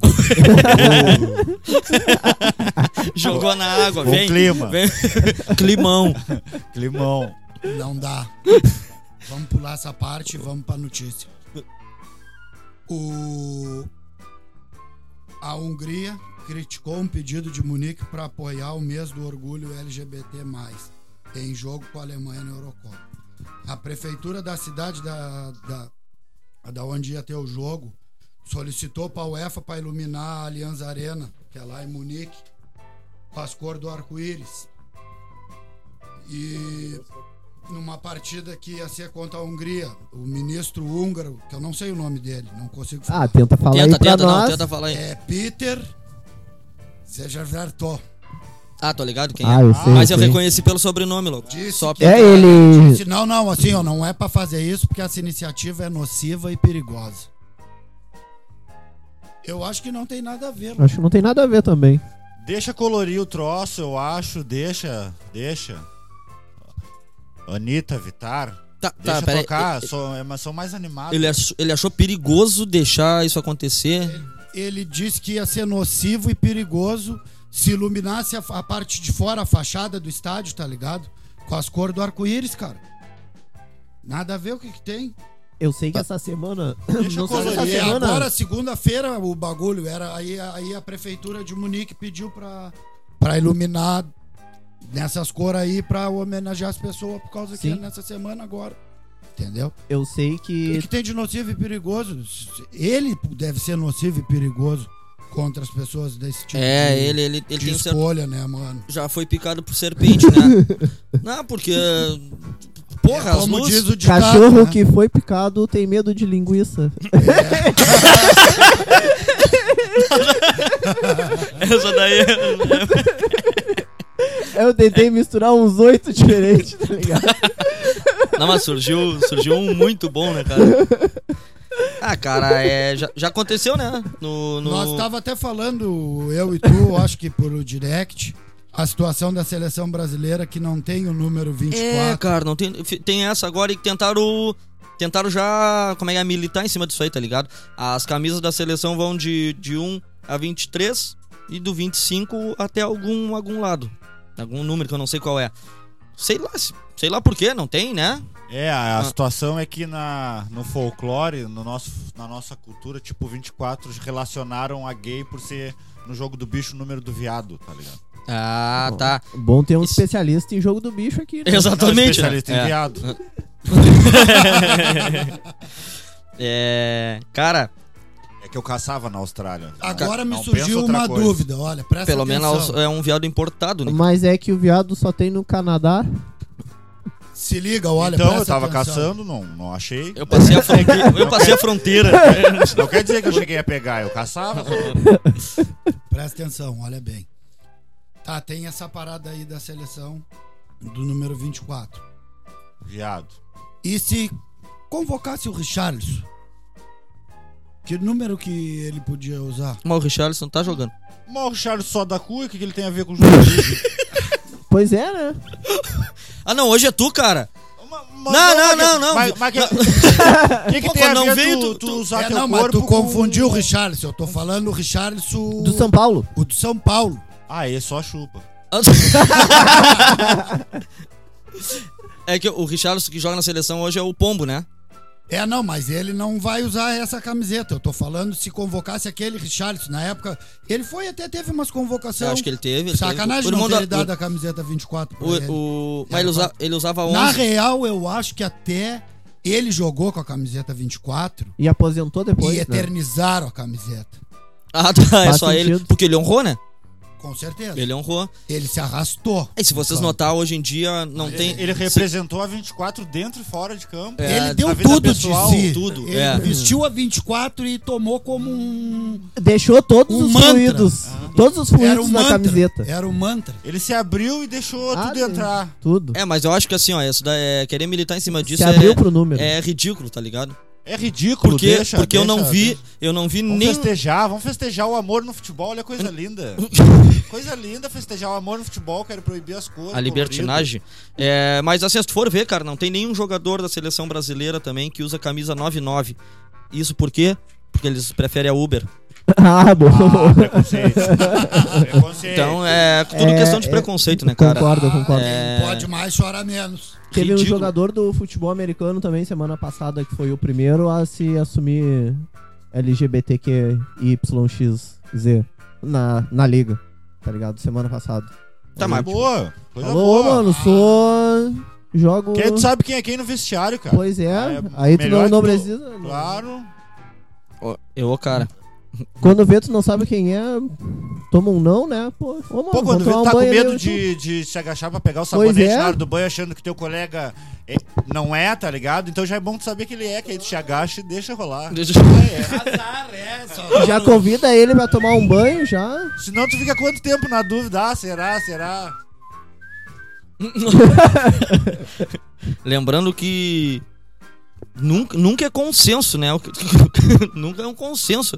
Speaker 1: Jogou na água,
Speaker 3: O
Speaker 1: vem.
Speaker 3: clima.
Speaker 1: vem. Climão.
Speaker 3: Climão.
Speaker 2: Não dá. vamos pular essa parte e vamos pra notícia. O... A Hungria criticou um pedido de Munique para apoiar o mês do orgulho LGBT+, em jogo com a Alemanha na Eurocopa. A prefeitura da cidade da, da, da onde ia ter o jogo solicitou para a UEFA para iluminar a Allianz Arena, que é lá em Munique, com as cores do arco-íris. E numa partida que ia ser contra a Hungria, o ministro húngaro, que eu não sei o nome dele, não consigo falar.
Speaker 4: Ah, tenta falar
Speaker 1: Tenta,
Speaker 4: aí pra
Speaker 1: tenta, não,
Speaker 4: nós.
Speaker 1: tenta falar aí.
Speaker 2: É Peter Sejarvertó.
Speaker 1: Ah, tô ligado quem
Speaker 4: Ah,
Speaker 1: é.
Speaker 4: eu sei.
Speaker 1: Mas eu
Speaker 4: sei.
Speaker 1: reconheci pelo sobrenome, louco.
Speaker 2: Disse
Speaker 1: Só tá-
Speaker 2: que-
Speaker 1: pelo-
Speaker 4: É ele.
Speaker 2: Disse, Não, não, assim, ó, não é pra fazer isso porque essa iniciativa é nociva e perigosa. Eu acho que não tem nada a ver. mano.
Speaker 4: Acho que não tem nada a ver também.
Speaker 3: Deixa colorir o troço, eu acho. Deixa, deixa. Anitta, Vitar.
Speaker 1: Tá, tá,
Speaker 3: Deixa
Speaker 1: peraí.
Speaker 3: tocar. Sou, é, mas são mais animados.
Speaker 1: Ele achou, ele achou perigoso deixar isso acontecer.
Speaker 2: Tipo Ele disse que ia ser nocivo e perigoso se iluminasse a, fa- a parte de fora, a fachada do estádio, tá ligado? Com as cores do arco-íris, cara. Nada a ver o que, que tem.
Speaker 4: Eu sei que essa semana.
Speaker 3: Deixa
Speaker 4: não sei se
Speaker 3: colorir.
Speaker 4: essa
Speaker 2: E
Speaker 4: semana.
Speaker 2: é, agora, segunda-feira, o bagulho era. Aí, aí a prefeitura de Munique pediu pra, pra iluminar nessas cores aí pra homenagear as pessoas por causa
Speaker 4: Sim.
Speaker 2: que é nessa semana agora. Entendeu?
Speaker 4: Eu sei
Speaker 2: O
Speaker 4: que.
Speaker 2: que tem de nocivo e perigoso? Ele deve ser nocivo e perigoso contra as pessoas desse tipo
Speaker 1: É,
Speaker 2: de,
Speaker 1: ele, ele, ele
Speaker 2: de
Speaker 1: tem um certo.
Speaker 2: escolha, né, mano?
Speaker 1: Já foi picado por serpente, né? não, porque. Porra, as
Speaker 2: Como
Speaker 1: luzes.
Speaker 2: diz o ditado,
Speaker 4: Cachorro
Speaker 2: né?
Speaker 4: que foi picado tem medo de linguiça.
Speaker 1: Essa daí. é-
Speaker 4: É, Eu tentei misturar uns oito diferentes, tá ligado?
Speaker 1: Não, mas surgiu, surgiu um muito bom, né, cara? Ah, cara, é, já, já aconteceu, né? No, no...
Speaker 2: Nós tava até falando, eu e tu, eu acho que por o direct, a situação da seleção brasileira que não tem o número 24.
Speaker 1: É, cara, não tem, fi- tem essa agora e tentaram. Tentaram já. Como é que é? Militar em cima disso aí, tá ligado? As camisas da seleção vão de, de 1 a 23 e do 25 até algum, algum lado. Algum número que eu não sei qual é. Sei lá, se- sei lá por quê, não tem, né?
Speaker 3: É, a
Speaker 1: Ah.
Speaker 3: situação é que na, no folclore, no nosso, na nossa cultura, tipo, 24 relacionaram a gay por ser no jogo do bicho o número do viado, tá ligado?
Speaker 1: Ah, tá.
Speaker 4: Bom ter um
Speaker 1: Isso.
Speaker 4: especialista em jogo do bicho aqui. Né?
Speaker 3: Não,
Speaker 1: Exatamente. né?
Speaker 3: especialista em
Speaker 1: É.
Speaker 3: viado.
Speaker 1: É, Cara,
Speaker 3: É que eu caçava na Austrália.
Speaker 2: Agora me
Speaker 3: Não, pensa
Speaker 2: surgiu
Speaker 3: outra
Speaker 2: uma
Speaker 3: coisa.
Speaker 2: dúvida, olha, presta
Speaker 1: pelo menos
Speaker 2: atenção.
Speaker 1: é um viado importado, né?
Speaker 4: Mas é que o viado só tem no Canadá.
Speaker 2: Se liga, olha,
Speaker 3: então, eu
Speaker 2: presta
Speaker 3: tava
Speaker 2: atenção.
Speaker 3: caçando, não, não achei.
Speaker 1: Eu passei a, fronte- eu passei a fronteira.
Speaker 3: Não quer dizer que eu cheguei a pegar, eu caçava.
Speaker 2: Presta atenção, olha bem. Tá, tem essa parada aí da seleção do número 24.
Speaker 3: Viado.
Speaker 2: E se convocasse o Richarlison? Que número que ele podia usar?
Speaker 1: Mas o Richarlison tá jogando.
Speaker 3: Mas o Charles só da cu, o que, que ele tem a ver com o jogo?
Speaker 4: Pois é, né?
Speaker 1: Ah, não, hoje é tu, cara.
Speaker 3: Ma-
Speaker 1: Não,
Speaker 3: ma-
Speaker 1: não,
Speaker 3: mas-
Speaker 1: não, não.
Speaker 3: Mas, mas que, que, que
Speaker 1: Pô,
Speaker 3: tem a
Speaker 1: quando não
Speaker 3: ver
Speaker 1: veio,
Speaker 3: tu,
Speaker 1: tu-
Speaker 3: tu
Speaker 1: tu-
Speaker 3: usar
Speaker 2: é,
Speaker 3: teu
Speaker 2: não, mas
Speaker 3: corpo
Speaker 2: tu
Speaker 3: com-
Speaker 2: confundiu o Richarlison. Eu tô falando o Richarlison...
Speaker 4: Do São Paulo.
Speaker 2: O do São Paulo.
Speaker 3: Ah, ele só chupa.
Speaker 1: Ah, É que o Richarlison que joga na seleção hoje é o Pombo, né?
Speaker 2: É, não, mas ele não vai usar essa camiseta. Eu tô falando se convocasse aquele Richarlison. Na época, ele foi até teve umas
Speaker 1: Eu
Speaker 2: convocações.
Speaker 1: acho que ele teve. ele
Speaker 2: Sacanagem
Speaker 1: teve.
Speaker 2: não
Speaker 1: Por irmão
Speaker 2: ter ele
Speaker 1: da-
Speaker 2: dado a camiseta 24 pra
Speaker 1: o-
Speaker 2: ele.
Speaker 1: o- o- Mas ele, usa- ele usava 11.
Speaker 2: Na real, eu acho que até ele jogou com a camiseta 24
Speaker 4: E aposentou depois,
Speaker 2: e
Speaker 1: é.
Speaker 4: né?
Speaker 2: eternizaram a camiseta.
Speaker 1: Ah, tá. É
Speaker 4: Faz
Speaker 1: só ele.
Speaker 4: sentido.
Speaker 1: Porque ele honrou, né?
Speaker 2: Com certeza. Ele,
Speaker 1: Ele honrou.
Speaker 2: se arrastou.
Speaker 1: E se vocês
Speaker 2: Claro.
Speaker 1: notar, hoje em dia não tem.
Speaker 3: Ele representou a 24 dentro e fora de campo.
Speaker 1: É,
Speaker 2: ele deu
Speaker 3: a vida
Speaker 2: tudo
Speaker 3: pessoal,
Speaker 2: de si.
Speaker 1: tudo,
Speaker 2: Ele
Speaker 1: é.
Speaker 2: vestiu a 24 e tomou como um.
Speaker 4: Deixou todos
Speaker 2: Um
Speaker 4: os
Speaker 2: mantra.
Speaker 4: fluidos.
Speaker 1: Ah.
Speaker 4: Todos os
Speaker 2: Era um
Speaker 4: fluidos na
Speaker 2: mantra.
Speaker 4: camiseta.
Speaker 2: Era um mantra.
Speaker 3: Ele se abriu e deixou
Speaker 4: Ah,
Speaker 3: tudo
Speaker 4: sim.
Speaker 3: entrar.
Speaker 4: Tudo.
Speaker 1: É, mas eu acho que assim, ó, isso daí é- querer militar em cima disso
Speaker 4: Se abriu
Speaker 1: é,
Speaker 4: pro número.
Speaker 1: é ridículo, tá ligado?
Speaker 3: É ridículo,
Speaker 1: Porque,
Speaker 3: deixa,
Speaker 1: porque eu
Speaker 3: deixa,
Speaker 1: não vi,
Speaker 3: deixa.
Speaker 1: eu não vi
Speaker 3: Vamos
Speaker 1: nem.
Speaker 3: festejar, vamos festejar o amor no futebol, olha a coisa linda. coisa linda festejar o amor no futebol, quero proibir as coisas.
Speaker 1: A libertinagem. É, mas assim, se tu for ver, cara, não tem nenhum jogador da seleção brasileira também que usa camisa 99. Isso por quê? Porque eles preferem a Uber.
Speaker 4: ah, bom.
Speaker 3: Ah, preconceito. preconceito.
Speaker 1: Então é tudo
Speaker 4: É,
Speaker 1: questão de
Speaker 4: é,
Speaker 1: preconceito, né, cara?
Speaker 4: concordo, concordo.
Speaker 1: É.
Speaker 2: Quem pode mais, chora menos.
Speaker 4: Teve um
Speaker 1: ridículo.
Speaker 4: jogador do futebol americano também, semana passada, que foi o primeiro a se assumir LGBTQYXZ na, na liga, tá ligado? Semana passada.
Speaker 1: Tá, mas
Speaker 3: Boa, coisa
Speaker 4: Alô,
Speaker 3: boa.
Speaker 4: mano, sou... Jogo...
Speaker 3: Quem tu sabe quem é quem no vestiário, cara.
Speaker 4: Pois é,
Speaker 3: É,
Speaker 4: aí tu
Speaker 3: melhor
Speaker 4: não, não
Speaker 3: que tu-
Speaker 4: precisa... né? não-
Speaker 3: Claro.
Speaker 1: Ó, eu, ô, cara.
Speaker 4: Quando vê, tu não sabe quem é, toma um não, né? Pô, ô, mano,
Speaker 3: Pô,
Speaker 4: vamos
Speaker 3: quando vê,
Speaker 4: tomar
Speaker 3: tu
Speaker 4: um
Speaker 3: tá com
Speaker 4: banho ali,
Speaker 3: medo
Speaker 4: eu-
Speaker 3: de, de se agachar pra pegar o sabonete
Speaker 4: Pois é.
Speaker 3: na hora do banho, achando que teu colega é- não é, tá ligado? Então já é bom tu saber que ele é, que aí tu te agacha e deixa rolar.
Speaker 2: Azar, é, só.
Speaker 4: Já convida ele pra tomar um banho, já...
Speaker 3: Senão tu fica quanto tempo na dúvida? Ah, será, será?
Speaker 1: Lembrando que nunca, nunca é consenso, né? O que- nunca é um consenso.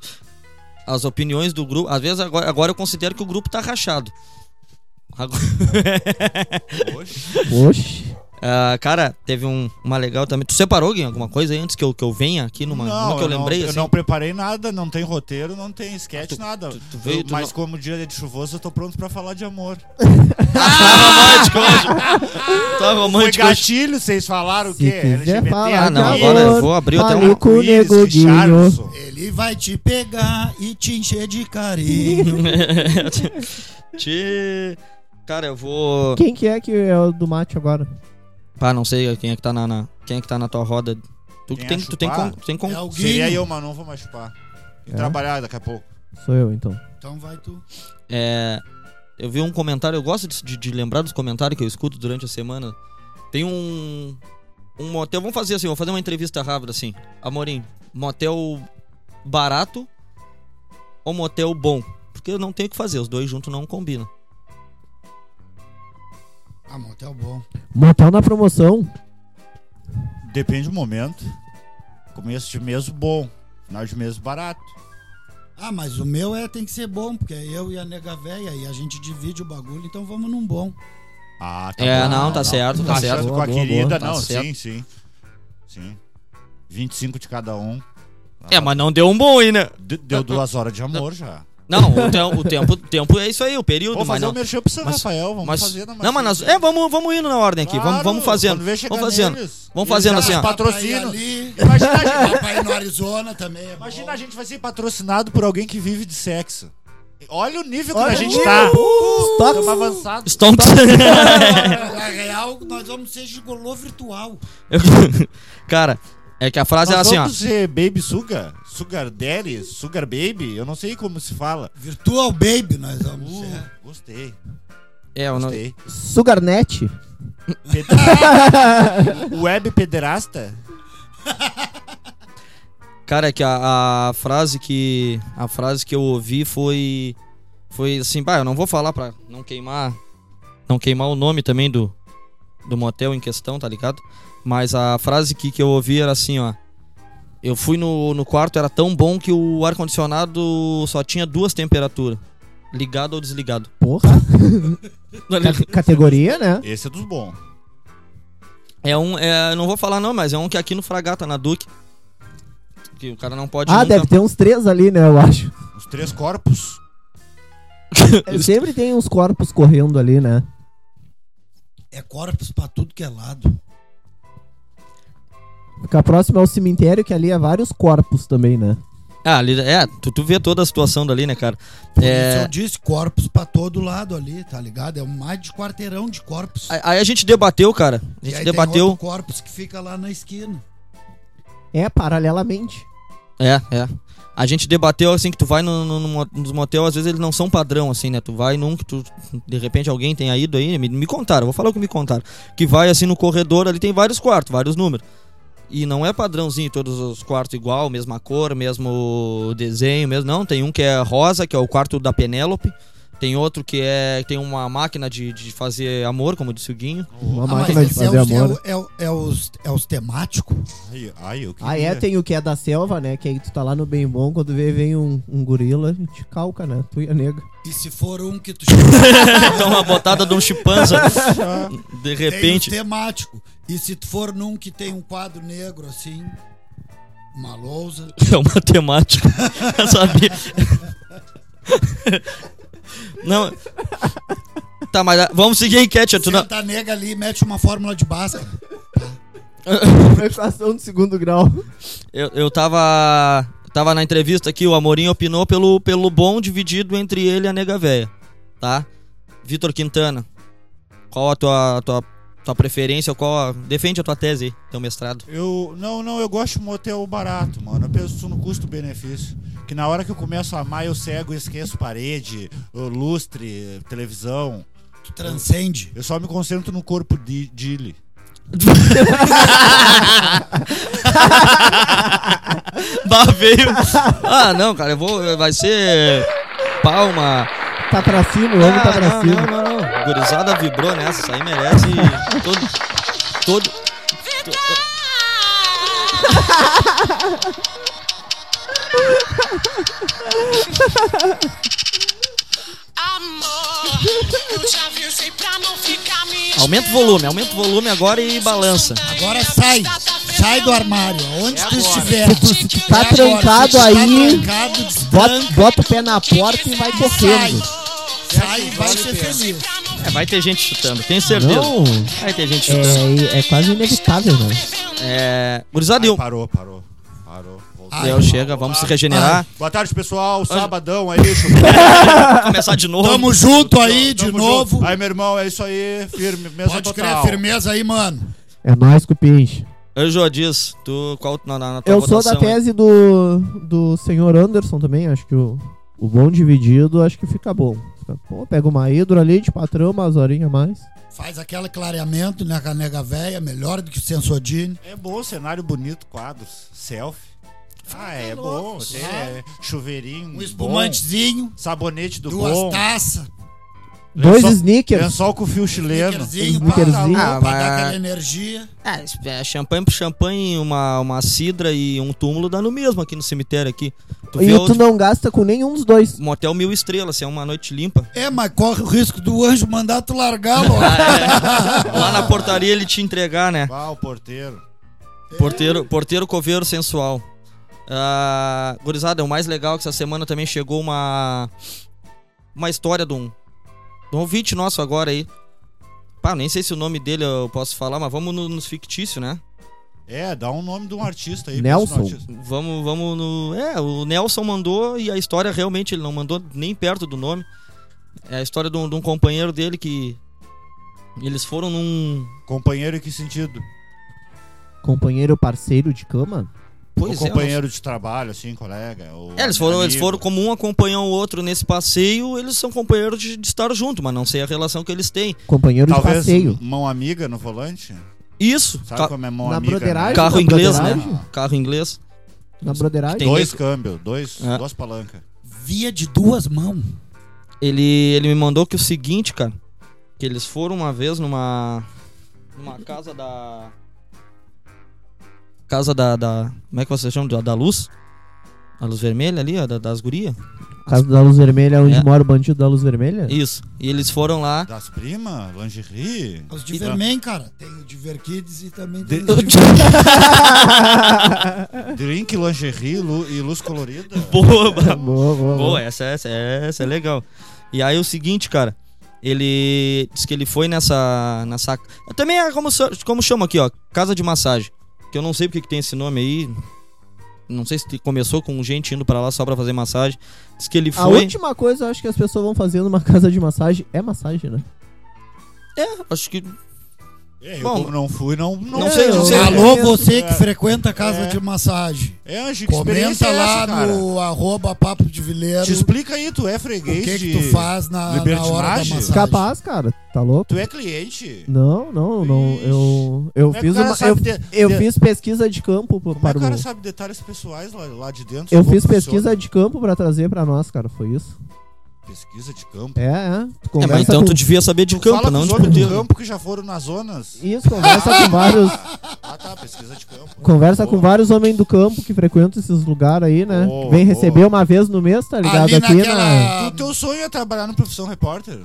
Speaker 1: As opiniões do grupo. Às vezes agora, agora eu considero que o grupo tá rachado. Agora-
Speaker 4: Oxi.
Speaker 1: Ah, cara, teve um, uma legal também. Tu separou, Gui, alguma coisa aí antes que eu, que eu venha aqui numa, numa que eu, lembrei?
Speaker 3: não, eu
Speaker 1: assim? Ah,
Speaker 3: não preparei nada, não tem roteiro, não tem sketch, nada.
Speaker 1: tu- tu veio, tu
Speaker 3: Mas
Speaker 1: não-
Speaker 3: como o dia é de chuvoso, eu tô pronto pra falar de amor.
Speaker 1: Tá romântico hoje. Tá
Speaker 3: Foi
Speaker 1: romântico hoje.
Speaker 3: gatilho, vocês falaram o
Speaker 4: Se
Speaker 3: quê?
Speaker 4: quiser
Speaker 3: LGBT,
Speaker 4: falar
Speaker 1: Ah, não,
Speaker 3: tá é
Speaker 4: de
Speaker 1: agora eu
Speaker 4: amor,
Speaker 1: vou abrir até
Speaker 4: fale
Speaker 1: um.
Speaker 4: com- o
Speaker 3: arco-íris,
Speaker 4: Negodinho.
Speaker 3: Richarlison.
Speaker 2: Ele vai te pegar e te encher de carinho.
Speaker 1: Tchê. Cara, eu vou.
Speaker 4: Quem que é que é o do mate agora?
Speaker 1: Pá, não sei quem é que tá na, na- quem é que tá na tua roda. Tu que
Speaker 3: Quem
Speaker 1: tem,
Speaker 3: é
Speaker 1: tu tem,
Speaker 3: chupar?
Speaker 1: con- tu tem con-
Speaker 2: É o
Speaker 3: Seria
Speaker 2: Guinho.
Speaker 3: eu, mas não vou mais chupar. Tem que
Speaker 4: É?
Speaker 3: trabalhar daqui a pouco.
Speaker 4: Sou eu, então.
Speaker 2: Então vai tu.
Speaker 1: É, eu vi um comentário, eu gosto de, de- de lembrar dos comentários que eu escuto durante a semana. Tem um. Um motel. Vamos fazer assim, vou fazer uma entrevista rápida assim. Amorim, motel barato ou motel bom? Porque eu não tenho o que fazer, os dois juntos não combinam.
Speaker 2: Ah, motel bom.
Speaker 4: Motel na promoção.
Speaker 3: Depende do momento. Começo de mês bom, final de mês barato.
Speaker 2: Ah, mas o meu é tem que ser bom, porque é eu e a nega véia e a gente divide o bagulho, então vamos num bom.
Speaker 3: Ah,
Speaker 1: É, não, tá certo, tá
Speaker 3: Achando
Speaker 1: certo.
Speaker 3: com
Speaker 4: Boa,
Speaker 3: a
Speaker 4: boa,
Speaker 3: querida,
Speaker 4: boa.
Speaker 1: Tá
Speaker 3: não,
Speaker 1: certo.
Speaker 3: sim, sim. Sim. 25 de cada um.
Speaker 1: É, mas não deu um bom aí, né?
Speaker 3: De- Deu duas horas de amor já.
Speaker 1: Não, o, tem- o tempo, o tempo é isso aí, o período,
Speaker 3: Vou
Speaker 1: mas
Speaker 3: fazer
Speaker 1: não.
Speaker 3: o merchan pro São
Speaker 1: mas-
Speaker 3: Rafael, vamos
Speaker 1: mas-
Speaker 3: fazer né, na
Speaker 1: não, mas nós, é, vamos, vamos indo na ordem aqui, vamos, vamos fazendo. Vamos fazendo. Vamos fazendo assim, ó.
Speaker 3: tá Patrocínio.
Speaker 2: Ali,
Speaker 3: Imagina a gente-
Speaker 2: papai no Arizona também. É
Speaker 3: Imagina
Speaker 2: bom.
Speaker 3: a gente vai ser patrocinado por alguém que vive de sexo. Olha o nível que
Speaker 4: Olha
Speaker 3: a
Speaker 4: o
Speaker 3: gente
Speaker 4: nível. Tá-
Speaker 3: tá.
Speaker 4: Stop.
Speaker 3: Estamos avançados.
Speaker 1: Stonks. tá.
Speaker 2: Na real, nós vamos ser gigolô virtual.
Speaker 1: Eu- Cara, é que a frase é
Speaker 3: Nós
Speaker 1: assim, ó.
Speaker 3: vamos ser Baby Sugar? Sugar Daddy? Sugar Baby? Eu não sei como se fala.
Speaker 2: Virtual Baby, nós vamos
Speaker 3: Uh,
Speaker 2: ser.
Speaker 3: gostei,
Speaker 1: É, o no-
Speaker 3: gostei.
Speaker 4: Sugarnet.
Speaker 3: Pede- Web pederasta?
Speaker 1: Cara, é que a, a frase que a frase que eu ouvi foi foi assim, bah, eu não vou falar pra não queimar não queimar o nome também do do motel em questão, tá ligado? Mas a frase que, que eu ouvi era assim, ó. Eu fui no, no quarto, era tão bom que o ar-condicionado só tinha duas temperaturas. Ligado ou desligado.
Speaker 4: Porra. Ca- Categoria, né?
Speaker 3: Esse é dos bons.
Speaker 1: É um. É, eu não vou falar não, mas é um que aqui no Fragata, na Duque. Que o cara não pode.
Speaker 4: Ah,
Speaker 1: nunca-
Speaker 4: deve ter uns três ali, né, eu acho.
Speaker 3: Os três corpos.
Speaker 4: É, Sempre tem uns corpos correndo ali, né?
Speaker 2: É corpos pra tudo que é lado.
Speaker 4: Ficar próximo ao cemitério, que ali é vários corpos também, né?
Speaker 1: Ah, ali, é, tu, tu vê toda a situação dali, né, cara?
Speaker 2: Por
Speaker 1: É.
Speaker 2: isso eu disse, corpos pra todo lado ali, tá ligado? É um mais de quarteirão de corpos.
Speaker 1: Aí- Aí a gente debateu, cara. A
Speaker 2: E
Speaker 1: gente
Speaker 2: aí Tem
Speaker 1: debateu.
Speaker 2: outro corpos que fica lá na esquina.
Speaker 4: É, paralelamente.
Speaker 1: É, é. A gente debateu assim que tu vai no, no- no mo- nos motel, às vezes eles não são padrão, assim, né? Tu vai num que tu. De repente alguém tenha ido aí, me, me contaram, vou falar o que me contaram. Que vai assim no corredor ali, tem vários quartos, vários números. E não é padrãozinho, todos os quartos igual, mesma cor, mesmo desenho, mesmo. Não, tem um que é rosa, que é o quarto da Penélope. Tem outro que é. Tem uma máquina de, de fazer amor, como disse o Guinho.
Speaker 4: Uma
Speaker 2: Ah,
Speaker 4: máquina de
Speaker 2: esse
Speaker 4: fazer
Speaker 2: é os,
Speaker 4: amor. né?
Speaker 2: É, o- é o- é os, é os temáticos?
Speaker 3: Ai, ai, eu
Speaker 4: Ah, é,
Speaker 3: queria.
Speaker 4: tem o que é da selva, né? Que aí tu tá lá no bem bom, quando vê, vem um, um gorila e te calca, né? Tu e a nega.
Speaker 2: E se for um que tu chama,
Speaker 1: Dá uma botada de um chimpanza. De
Speaker 2: tem os
Speaker 1: repente.
Speaker 2: temático. E se tu for num que tem um quadro negro assim, uma lousa.
Speaker 1: É um matemático. Eu sabia. Não. Tá, mas ah, vamos seguir a enquete. Tu não...
Speaker 2: Senta a nega ali e mete uma fórmula de Bhaskara.
Speaker 4: Equação de segundo grau.
Speaker 1: eu, eu tava. Tava na entrevista aqui, o Amorim opinou pelo, pelo bom dividido entre ele e a nega véia. Tá? Vitor Quintana, qual a tua, tua, tua preferência? Qual a... Defende a tua tese aí, teu mestrado.
Speaker 3: Eu, não, não, eu gosto de motel barato, mano. Eu penso no custo-benefício. Que na hora que eu começo a amar, eu cego e esqueço parede, eu lustre, televisão.
Speaker 2: Tu transcende.
Speaker 3: Eu só me concentro no corpo de Dilly.
Speaker 1: Bah, veio. Ah, não, cara, eu vou. Vai ser. Palma.
Speaker 4: Tá pra cima, o homem tá pra
Speaker 1: Ah, não,
Speaker 4: cima.
Speaker 1: não, não, não. A Gurizada vibrou nessa, isso aí merece todo. todo. to-
Speaker 5: Amor, eu já avisei pra não ficar me
Speaker 1: Aumenta o volume, aumenta o volume agora e balança.
Speaker 2: Agora sai. Sai do armário. Onde tu estiver. É
Speaker 4: Tá
Speaker 2: Agora,
Speaker 4: trancado
Speaker 2: se tu
Speaker 4: aí.
Speaker 2: Tá trancado, destranca,
Speaker 4: Bota, bota o pé na porta e vai correndo.
Speaker 2: sai e vai ser feliz.
Speaker 1: É, vai ter gente chutando, tenho certeza.
Speaker 4: Não,
Speaker 1: Vai ter gente chutando.
Speaker 4: é, é quase inevitável, né?
Speaker 1: É. Gurizada, e
Speaker 3: Ai,
Speaker 1: o
Speaker 3: parou, parou. Parou. Voltei.
Speaker 1: Léo chega, vamos se regenerar.
Speaker 3: Boa tarde, pessoal. Sabadão aí, bicho.
Speaker 1: Começar de novo.
Speaker 2: Tamo junto aí de
Speaker 3: Tamo
Speaker 2: novo.
Speaker 3: junto. Aí, meu irmão, é isso aí. Firme, mesa
Speaker 2: Pode crer,
Speaker 3: total.
Speaker 2: firmeza aí, mano.
Speaker 4: É nóis, cupins.
Speaker 1: Ô, Jô, diz, tu qual na, na- na tua
Speaker 4: Eu sou da
Speaker 1: votação aí?
Speaker 4: tese do, do senhor Anderson também, acho que o, o bom dividido, acho que fica bom. Fica- Pô, pega uma hidro ali de patrão, umas horinhas a mais.
Speaker 2: Faz aquele clareamento né, na canega velha, melhor do que o Sensodine.
Speaker 3: É bom, cenário bonito, quadros, selfie. Ah, é bom. É, chuveirinho.
Speaker 2: Um
Speaker 3: bom,
Speaker 2: espumantezinho,
Speaker 3: Sabonete do
Speaker 2: duas
Speaker 3: bom.
Speaker 2: taças, um
Speaker 4: Dois
Speaker 3: Lençol-
Speaker 4: snickers.
Speaker 3: Lençol com fio chileno.
Speaker 2: sneakerzinho pra,
Speaker 4: sneakerzinho.
Speaker 2: dar louco,
Speaker 1: Ah,
Speaker 2: pra dar
Speaker 1: mas-
Speaker 2: aquela energia.
Speaker 1: Ah, isso é champanhe pro champanhe, uma, uma cidra e um túmulo dá no mesmo aqui no cemitério aqui. Tu
Speaker 4: E
Speaker 1: vê
Speaker 4: tu
Speaker 1: o
Speaker 4: não gasta com nenhum dos dois.
Speaker 1: motel mil estrelas, assim, é uma noite limpa.
Speaker 2: É, mas corre o risco do anjo mandar tu largar, logo.
Speaker 1: Lá na portaria ele te entregar, né?
Speaker 3: Ah, o porteiro.
Speaker 1: Porteiro, porteiro coveiro sensual. Ah, gurizada, o mais legal é que essa semana também chegou uma. Uma história de um. De um ouvinte nosso agora aí. Pá, nem sei se o nome dele eu posso falar, mas vamos no- nos fictícios, né?
Speaker 3: É, dá um nome de um artista aí.
Speaker 4: Nelson.
Speaker 3: pensa no artista.
Speaker 1: Vamos, vamos no. É, o Nelson mandou e a história realmente ele não mandou nem perto do nome. É a história de um, de um companheiro dele que. Eles foram num.
Speaker 3: Companheiro em que sentido?
Speaker 4: Companheiro parceiro de cama?
Speaker 1: Pois
Speaker 3: o
Speaker 1: é, não
Speaker 3: Um companheiro de trabalho, assim, colega. ou
Speaker 1: É, eles foram, eles
Speaker 3: amigo.
Speaker 1: foram como um acompanhou o outro nesse passeio, eles são companheiros de, de estar junto, mas não sei a relação que eles têm.
Speaker 4: Companheiro
Speaker 3: Talvez
Speaker 4: de passeio.
Speaker 3: mão amiga no volante?
Speaker 1: Isso,
Speaker 3: Sabe
Speaker 1: ca-
Speaker 3: como é mão
Speaker 4: Na
Speaker 3: amiga?
Speaker 4: broderagem?
Speaker 3: né?
Speaker 1: carro
Speaker 4: Na
Speaker 1: inglês, né?
Speaker 4: broderagem?
Speaker 1: Carro inglês.
Speaker 4: Na broderagem?
Speaker 1: Tem-
Speaker 3: Dois câmbios, dois,
Speaker 1: É.
Speaker 3: duas palancas.
Speaker 2: Via de duas mãos.
Speaker 1: Ele, ele me mandou que o seguinte, cara, que eles foram uma vez numa numa casa da casa da, da como é que você chama da, da luz? A luz vermelha ali, ó, da- das gurias.
Speaker 4: Caso da luz vermelha, onde
Speaker 1: É.
Speaker 4: mora o bandido da luz vermelha?
Speaker 1: Isso. E eles foram lá
Speaker 3: Das primas, lingerie.
Speaker 2: Os
Speaker 3: E-
Speaker 2: Diverman, cara. Tem o Diver Kids e também
Speaker 3: De-
Speaker 2: tem os Diver...
Speaker 3: Drink, lingerie lu- e luz colorida.
Speaker 1: Boa,
Speaker 4: Boa, boa, boa.
Speaker 1: Boa, essa, essa, essa é legal. E aí o seguinte, cara, ele diz que ele foi nessa. nessa também é como, sa- como chama aqui, ó, casa de massagem. Que eu não sei porque que tem esse nome aí. Não sei se te- começou com gente indo pra lá só pra fazer massagem. Diz que ele
Speaker 4: A
Speaker 1: foi.
Speaker 4: última coisa, eu acho que as pessoas vão fazer numa casa de massagem é massagem, né?
Speaker 1: Acho que.
Speaker 3: É, eu
Speaker 1: Bom,
Speaker 3: como não fui, não. Não,
Speaker 1: não sei dizer.
Speaker 2: Alô, você que
Speaker 3: É.
Speaker 2: frequenta a casa
Speaker 3: É.
Speaker 2: de massagem.
Speaker 3: É, Anjo, que experiência
Speaker 2: Comenta
Speaker 3: é essa,
Speaker 2: lá
Speaker 3: cara?
Speaker 2: no arroba papo de vileiro
Speaker 3: Te
Speaker 2: o
Speaker 3: explica aí, tu é freguês
Speaker 2: que, que
Speaker 3: de...
Speaker 2: tu faz na, na hora da
Speaker 3: libertinagem?
Speaker 2: massagem.
Speaker 4: Capaz, cara. Tá louco?
Speaker 3: Tu é cliente?
Speaker 4: Não, não, não.
Speaker 3: Ixi.
Speaker 4: Eu, eu
Speaker 3: Como é que
Speaker 4: fiz
Speaker 3: o cara
Speaker 4: uma.
Speaker 3: sabe
Speaker 4: Eu,
Speaker 3: de-
Speaker 4: eu
Speaker 3: de-
Speaker 4: fiz pesquisa de campo
Speaker 3: Como é
Speaker 4: pro-
Speaker 3: que
Speaker 4: para
Speaker 3: o
Speaker 4: o.
Speaker 3: cara sabe detalhes pessoais lá, lá de dentro?
Speaker 4: Eu
Speaker 3: Como
Speaker 4: fiz
Speaker 3: funciona?
Speaker 4: pesquisa de campo pra trazer pra nós, cara. Foi isso?
Speaker 3: Pesquisa de campo?
Speaker 4: É, é. Tu
Speaker 1: É, mas
Speaker 4: conversa
Speaker 1: então
Speaker 4: com...
Speaker 1: tu devia saber de
Speaker 3: Tu
Speaker 1: campo,
Speaker 3: fala
Speaker 1: não Tipo, de
Speaker 3: com os homens do
Speaker 1: ponteiro.
Speaker 3: campo que já foram nas zonas?
Speaker 4: Isso, conversa com vários.
Speaker 3: Ah, tá, pesquisa de campo.
Speaker 4: Conversa
Speaker 3: Boa.
Speaker 4: com vários homens do campo que frequentam esses lugares aí, né?
Speaker 3: Boa,
Speaker 4: Vem
Speaker 3: boa.
Speaker 4: receber uma vez no mês, tá ligado?
Speaker 2: Ali
Speaker 4: Aqui na.
Speaker 2: naquela...
Speaker 3: O teu sonho é trabalhar no Profissão Repórter?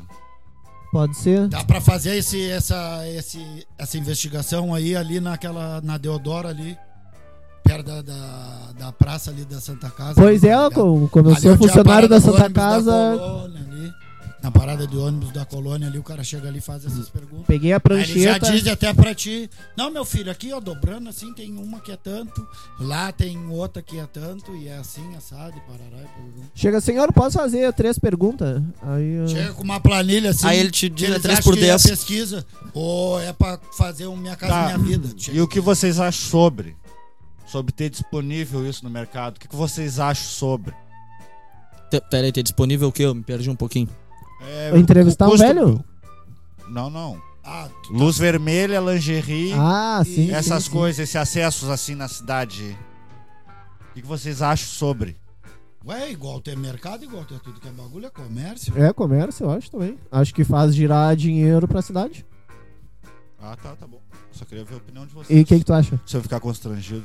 Speaker 4: Pode ser.
Speaker 2: Dá pra fazer esse, essa, esse, essa investigação aí ali naquela. na Deodoro ali. Perto da, da, da praça ali da Santa Casa.
Speaker 4: Pois
Speaker 2: ali,
Speaker 4: é,
Speaker 2: tá ligado?
Speaker 4: como, como eu
Speaker 2: Ali
Speaker 4: sou
Speaker 2: onde é a
Speaker 4: funcionário
Speaker 2: parada
Speaker 4: da
Speaker 2: do
Speaker 4: Santa
Speaker 2: ônibus da
Speaker 4: Casa,
Speaker 2: colônia ali, na parada de ônibus da colônia ali, o cara chega ali e faz essas perguntas.
Speaker 4: peguei a
Speaker 2: Aí ele já
Speaker 4: prancheta.
Speaker 2: diz até pra ti. Não, meu filho, aqui ó, dobrando assim, tem uma que é tanto, lá tem outra que é tanto, e é assim, assado, e parará, e pururu.
Speaker 4: Chega, senhor, posso fazer três perguntas? Aí eu-
Speaker 2: Chega com uma planilha assim.
Speaker 1: Aí ele te diz,
Speaker 2: eles
Speaker 1: é três
Speaker 2: acham
Speaker 1: por
Speaker 2: que é
Speaker 1: 10.
Speaker 2: pesquisa, ou é pra fazer um Minha Casa
Speaker 3: Tá.
Speaker 2: Minha Vida. Chega-
Speaker 3: E o que vocês acham sobre? Sobre ter disponível isso no mercado? O que que vocês acham sobre?
Speaker 1: Te- Pera aí, tem disponível o quê? Eu me perdi um pouquinho.
Speaker 3: É,
Speaker 4: eu entrevistar
Speaker 3: o
Speaker 4: um
Speaker 3: custo-
Speaker 4: velho?
Speaker 3: Não, não.
Speaker 2: Ah,
Speaker 3: Luz vermelha, lingerie,
Speaker 4: Ah, sim.
Speaker 3: essas
Speaker 4: sim, sim.
Speaker 3: coisas, esses acessos assim na cidade. O que que vocês acham sobre?
Speaker 2: ué, igual tem mercado, igual tem tudo que é bagulho, é comércio.
Speaker 4: É, comércio, eu acho também. Acho que faz girar dinheiro pra cidade.
Speaker 3: Ah, tá, tá bom. Só queria ver a opinião de vocês.
Speaker 4: E o que, que tu acha?
Speaker 3: Se eu ficar constrangido.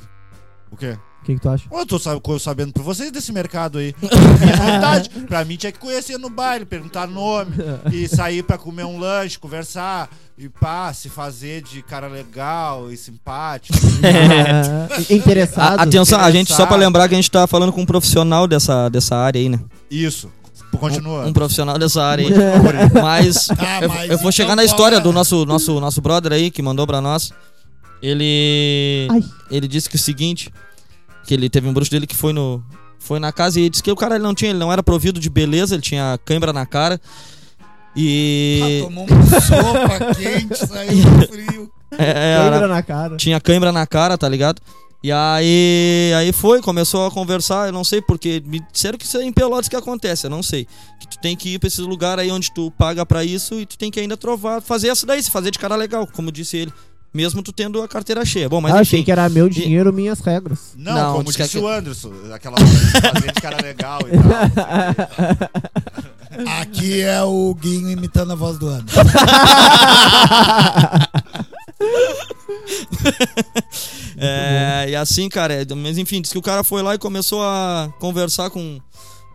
Speaker 3: O quê?
Speaker 4: O que, que tu acha?
Speaker 3: Ô, Eu tô sab- co- sabendo por vocês desse mercado aí. É verdade. Pra mim tinha que conhecer no baile, perguntar nome e sair pra comer um lanche, conversar e pá, se fazer de cara legal e simpático.
Speaker 4: Ah, interessado.
Speaker 1: É. A- atenção, a gente, só pra
Speaker 3: Interessado.
Speaker 1: lembrar que a gente tá falando com um profissional dessa, dessa área aí, né?
Speaker 3: Isso. Pô, Continua. Ah,
Speaker 1: Um profissional dessa área aí. Mas,
Speaker 2: Tá,
Speaker 1: eu,
Speaker 2: mas
Speaker 1: eu vou
Speaker 2: então
Speaker 1: chegar na
Speaker 2: qual
Speaker 1: história
Speaker 2: é?
Speaker 1: do nosso, nosso, nosso brother aí que mandou pra nós. Ele.
Speaker 4: Ai.
Speaker 1: Ele disse que o seguinte: que ele teve um bruxo dele que foi no. Foi na casa e disse que o cara ele não tinha, ele não era provido de beleza, ele tinha cãibra na cara.
Speaker 2: Ah,
Speaker 3: Tá
Speaker 1: E.
Speaker 3: né?
Speaker 2: tomou
Speaker 3: um
Speaker 2: uma sopa quente, saiu no frio.
Speaker 1: é, era- Tipo,
Speaker 4: Lembra na cara.
Speaker 1: tinha cãibra na cara, tá ligado? E aí, aí foi, começou a conversar, eu não sei porque, me disseram que isso é em Pelotas que acontece, eu não sei. Que tu tem que ir pra esses lugares aí onde tu paga pra isso e tu tem que ainda trovar, fazer essa daí, se fazer de cara legal, como disse ele. Mesmo tu tendo a carteira cheia. Bom, mas
Speaker 4: Ah, achei
Speaker 1: enfim,
Speaker 4: que era meu dinheiro, minhas regras.
Speaker 3: Não,
Speaker 1: Não,
Speaker 3: como
Speaker 1: diz que
Speaker 3: disse
Speaker 1: aqui-
Speaker 3: o Anderson, aquela hora de fazer de cara legal e tal.
Speaker 2: Aqui é o Guinho imitando a voz do Ana.
Speaker 1: é, e assim, cara, é, mas enfim, disse que o cara foi lá e começou a conversar com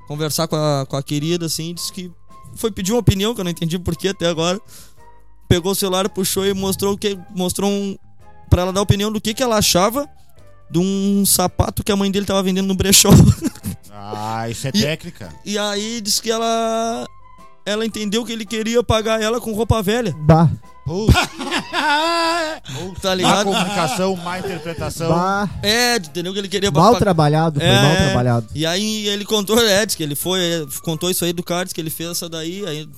Speaker 1: conversar com a, com a querida, assim, disse que foi pedir uma opinião, que eu não entendi porquê até agora. Pegou o celular, puxou e mostrou o que mostrou um para ela dar opinião do que que ela achava de um sapato que a mãe dele tava vendendo no brechó.
Speaker 3: Ah, isso é
Speaker 1: E-
Speaker 3: técnica.
Speaker 1: E aí disse que ela ela entendeu que ele queria pagar ela com roupa velha,
Speaker 4: Bah,
Speaker 3: Puta,
Speaker 1: tá
Speaker 3: má
Speaker 1: ligado?
Speaker 3: comunicação, má interpretação.
Speaker 4: bah.
Speaker 1: É, entendeu que ele queria
Speaker 4: Mal
Speaker 1: pagar
Speaker 4: trabalhado, foi
Speaker 1: É,
Speaker 4: mal
Speaker 1: é.
Speaker 4: trabalhado.
Speaker 1: E aí ele contou, é, diz que ele foi, é, contou isso aí do cara, disse que ele fez essa daí, aí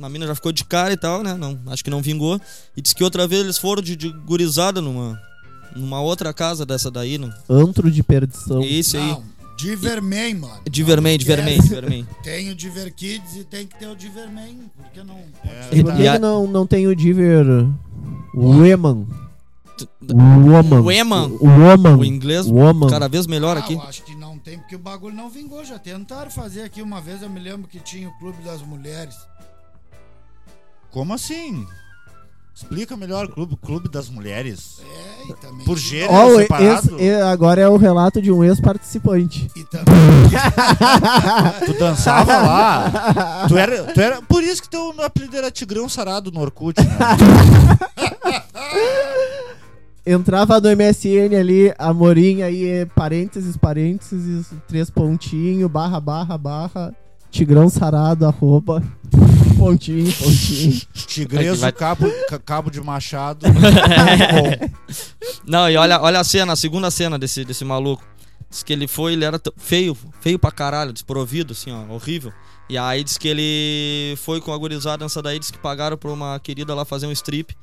Speaker 1: a, a mina já ficou de cara e tal, né? Não, acho que não vingou. E disse que outra vez eles foram de, de gurizada numa, numa outra casa dessa daí, né?
Speaker 4: Antro de perdição.
Speaker 1: Isso aí.
Speaker 2: Não, de vermelho, mano.
Speaker 1: De vermelho, de vermelho, de vermelho.
Speaker 2: Tem o Diver Kids e tem que ter o Diver Man, porque não.
Speaker 3: É,
Speaker 4: E por que
Speaker 1: E a-
Speaker 4: que não, não tem o Diver Woman?
Speaker 1: Tu-
Speaker 4: Woman.
Speaker 1: Woman.
Speaker 4: Woman.
Speaker 1: O inglês
Speaker 4: Woman.
Speaker 1: cada vez melhor aqui.
Speaker 2: Ah, eu acho que não tem, porque o bagulho não vingou. Já tentaram fazer aqui uma vez, eu me lembro que tinha o Clube das Mulheres.
Speaker 3: Como assim? Explica melhor, clube, clube das mulheres.
Speaker 2: É, e também.
Speaker 3: Por
Speaker 2: tinha-
Speaker 3: gênero
Speaker 4: Ó, o ex,
Speaker 3: separado?
Speaker 4: e- agora é o relato de um ex-participante.
Speaker 2: E também.
Speaker 3: Tu dançava lá? Tu era, tu era. Por isso que teu apelido era Tigrão Sarado no Orkut, né?
Speaker 4: Entrava no MSN ali, Amorim, aí é parênteses, parênteses, três pontinho, barra, barra, barra, Tigrão sarado, arroba. Pontinho, pontinho.
Speaker 1: É que
Speaker 3: Tigreso,
Speaker 1: vai-
Speaker 3: cabo, ca- cabo de machado.
Speaker 1: Não, e olha, olha a cena, a segunda cena desse, desse maluco. Diz que ele foi, ele era t- feio, feio pra caralho, desprovido, assim, ó, horrível. E aí diz que ele foi com a gurizada nessa daí, diz que pagaram pra uma querida lá fazer um strip.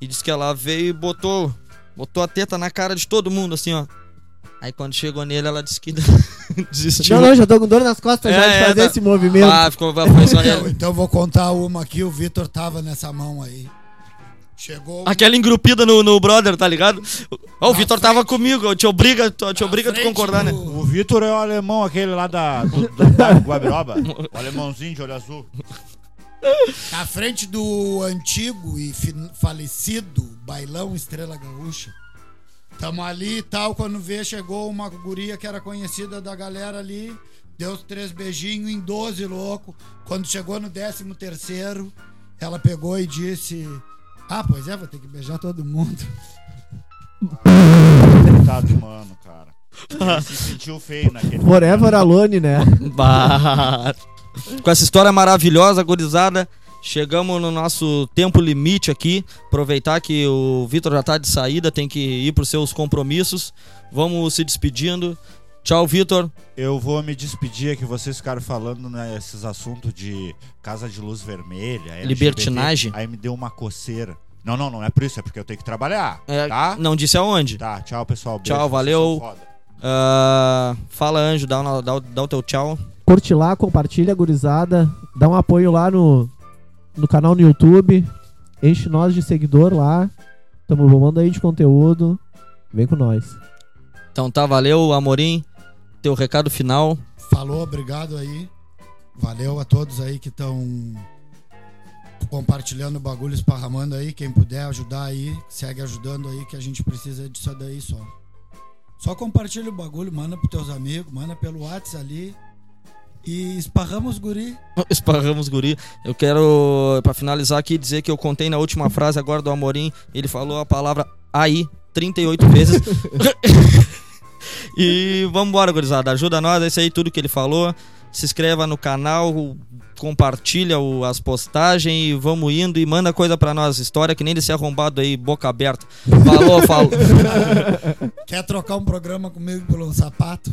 Speaker 1: E diz que ela veio e botou, botou a teta na cara de todo mundo, assim, ó. Aí quando chegou nele, ela disse que desistiu.
Speaker 4: Não, não, já tô com dor nas costas já
Speaker 1: É,
Speaker 4: de
Speaker 1: é,
Speaker 4: fazer
Speaker 1: tá-
Speaker 4: esse movimento.
Speaker 1: Ah, ficou, foi só
Speaker 2: Então,
Speaker 1: nele.
Speaker 2: então eu vou contar uma aqui, o Vitor tava nessa mão aí. Chegou
Speaker 1: Aquela engrupida no, no brother, tá ligado? Ó, o Vitor tava comigo, te obriga, te, te obriga a tu
Speaker 2: frente
Speaker 1: concordar, né?
Speaker 2: do-
Speaker 3: O Vitor é o alemão, aquele lá da, do, do, da Guabiroba. O alemãozinho de olho azul.
Speaker 2: Na frente do antigo e fin- falecido bailão Estrela Gaúcha. Tamo ali e tal, quando vê, chegou uma guria que era conhecida da galera ali, deu os três beijinhos em 12 louco. Quando chegou no 13 terceiro, ela pegou e disse: Ah, pois é, vou ter que beijar todo mundo.
Speaker 3: Coitado, mano, cara. Ele se sentiu feio naquele.
Speaker 4: Forever Alone, né?
Speaker 1: Bah. Com essa história maravilhosa, gurizada, chegamos no nosso tempo limite aqui. Aproveitar que o Vitor já tá de saída, tem que ir pros seus compromissos. Vamos se despedindo. Tchau, Vitor.
Speaker 3: Eu vou me despedir que vocês ficaram falando nesses assuntos de casa de luz vermelha, LGBT.
Speaker 1: Libertinagem.
Speaker 3: Aí me deu uma coceira. Não, não, não é por isso, é porque eu tenho que trabalhar.
Speaker 1: É,
Speaker 3: Tá?
Speaker 1: Não disse aonde.
Speaker 3: Tá, tchau, pessoal. Beijo,
Speaker 1: Tchau,
Speaker 3: vocês
Speaker 1: valeu.
Speaker 3: são foda.
Speaker 1: Ah, fala, Anjo, dá, o- dá o- dá o teu tchau.
Speaker 4: Curte lá, compartilha, gurizada. Dá um apoio lá no, no canal no YouTube. Enche nós de seguidor lá. Tamo bombando aí de conteúdo. Vem com nós.
Speaker 1: Então tá, valeu, Amorim. Teu recado final.
Speaker 2: Falou, obrigado aí. Valeu a todos aí que estão compartilhando o bagulho, esparramando aí. Quem puder ajudar aí, segue ajudando aí, que a gente precisa disso daí só. Só compartilha o bagulho, manda pros teus amigos, manda pelo WhatsApp ali. E esparramos guri.
Speaker 1: Esparramos guri. Eu quero, pra finalizar aqui, dizer que eu contei na última frase agora do Amorim. Ele falou a palavra aí 38 vezes. e vambora, gurizada. Ajuda nós, é isso aí, tudo que ele falou. Se inscreva no canal, compartilha o- as postagens e vamos indo e manda coisa pra nós. História que nem desse arrombado aí, boca aberta. Falou, falou.
Speaker 2: Quer trocar um programa comigo por um sapato?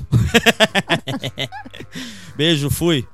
Speaker 1: Beijo, fui.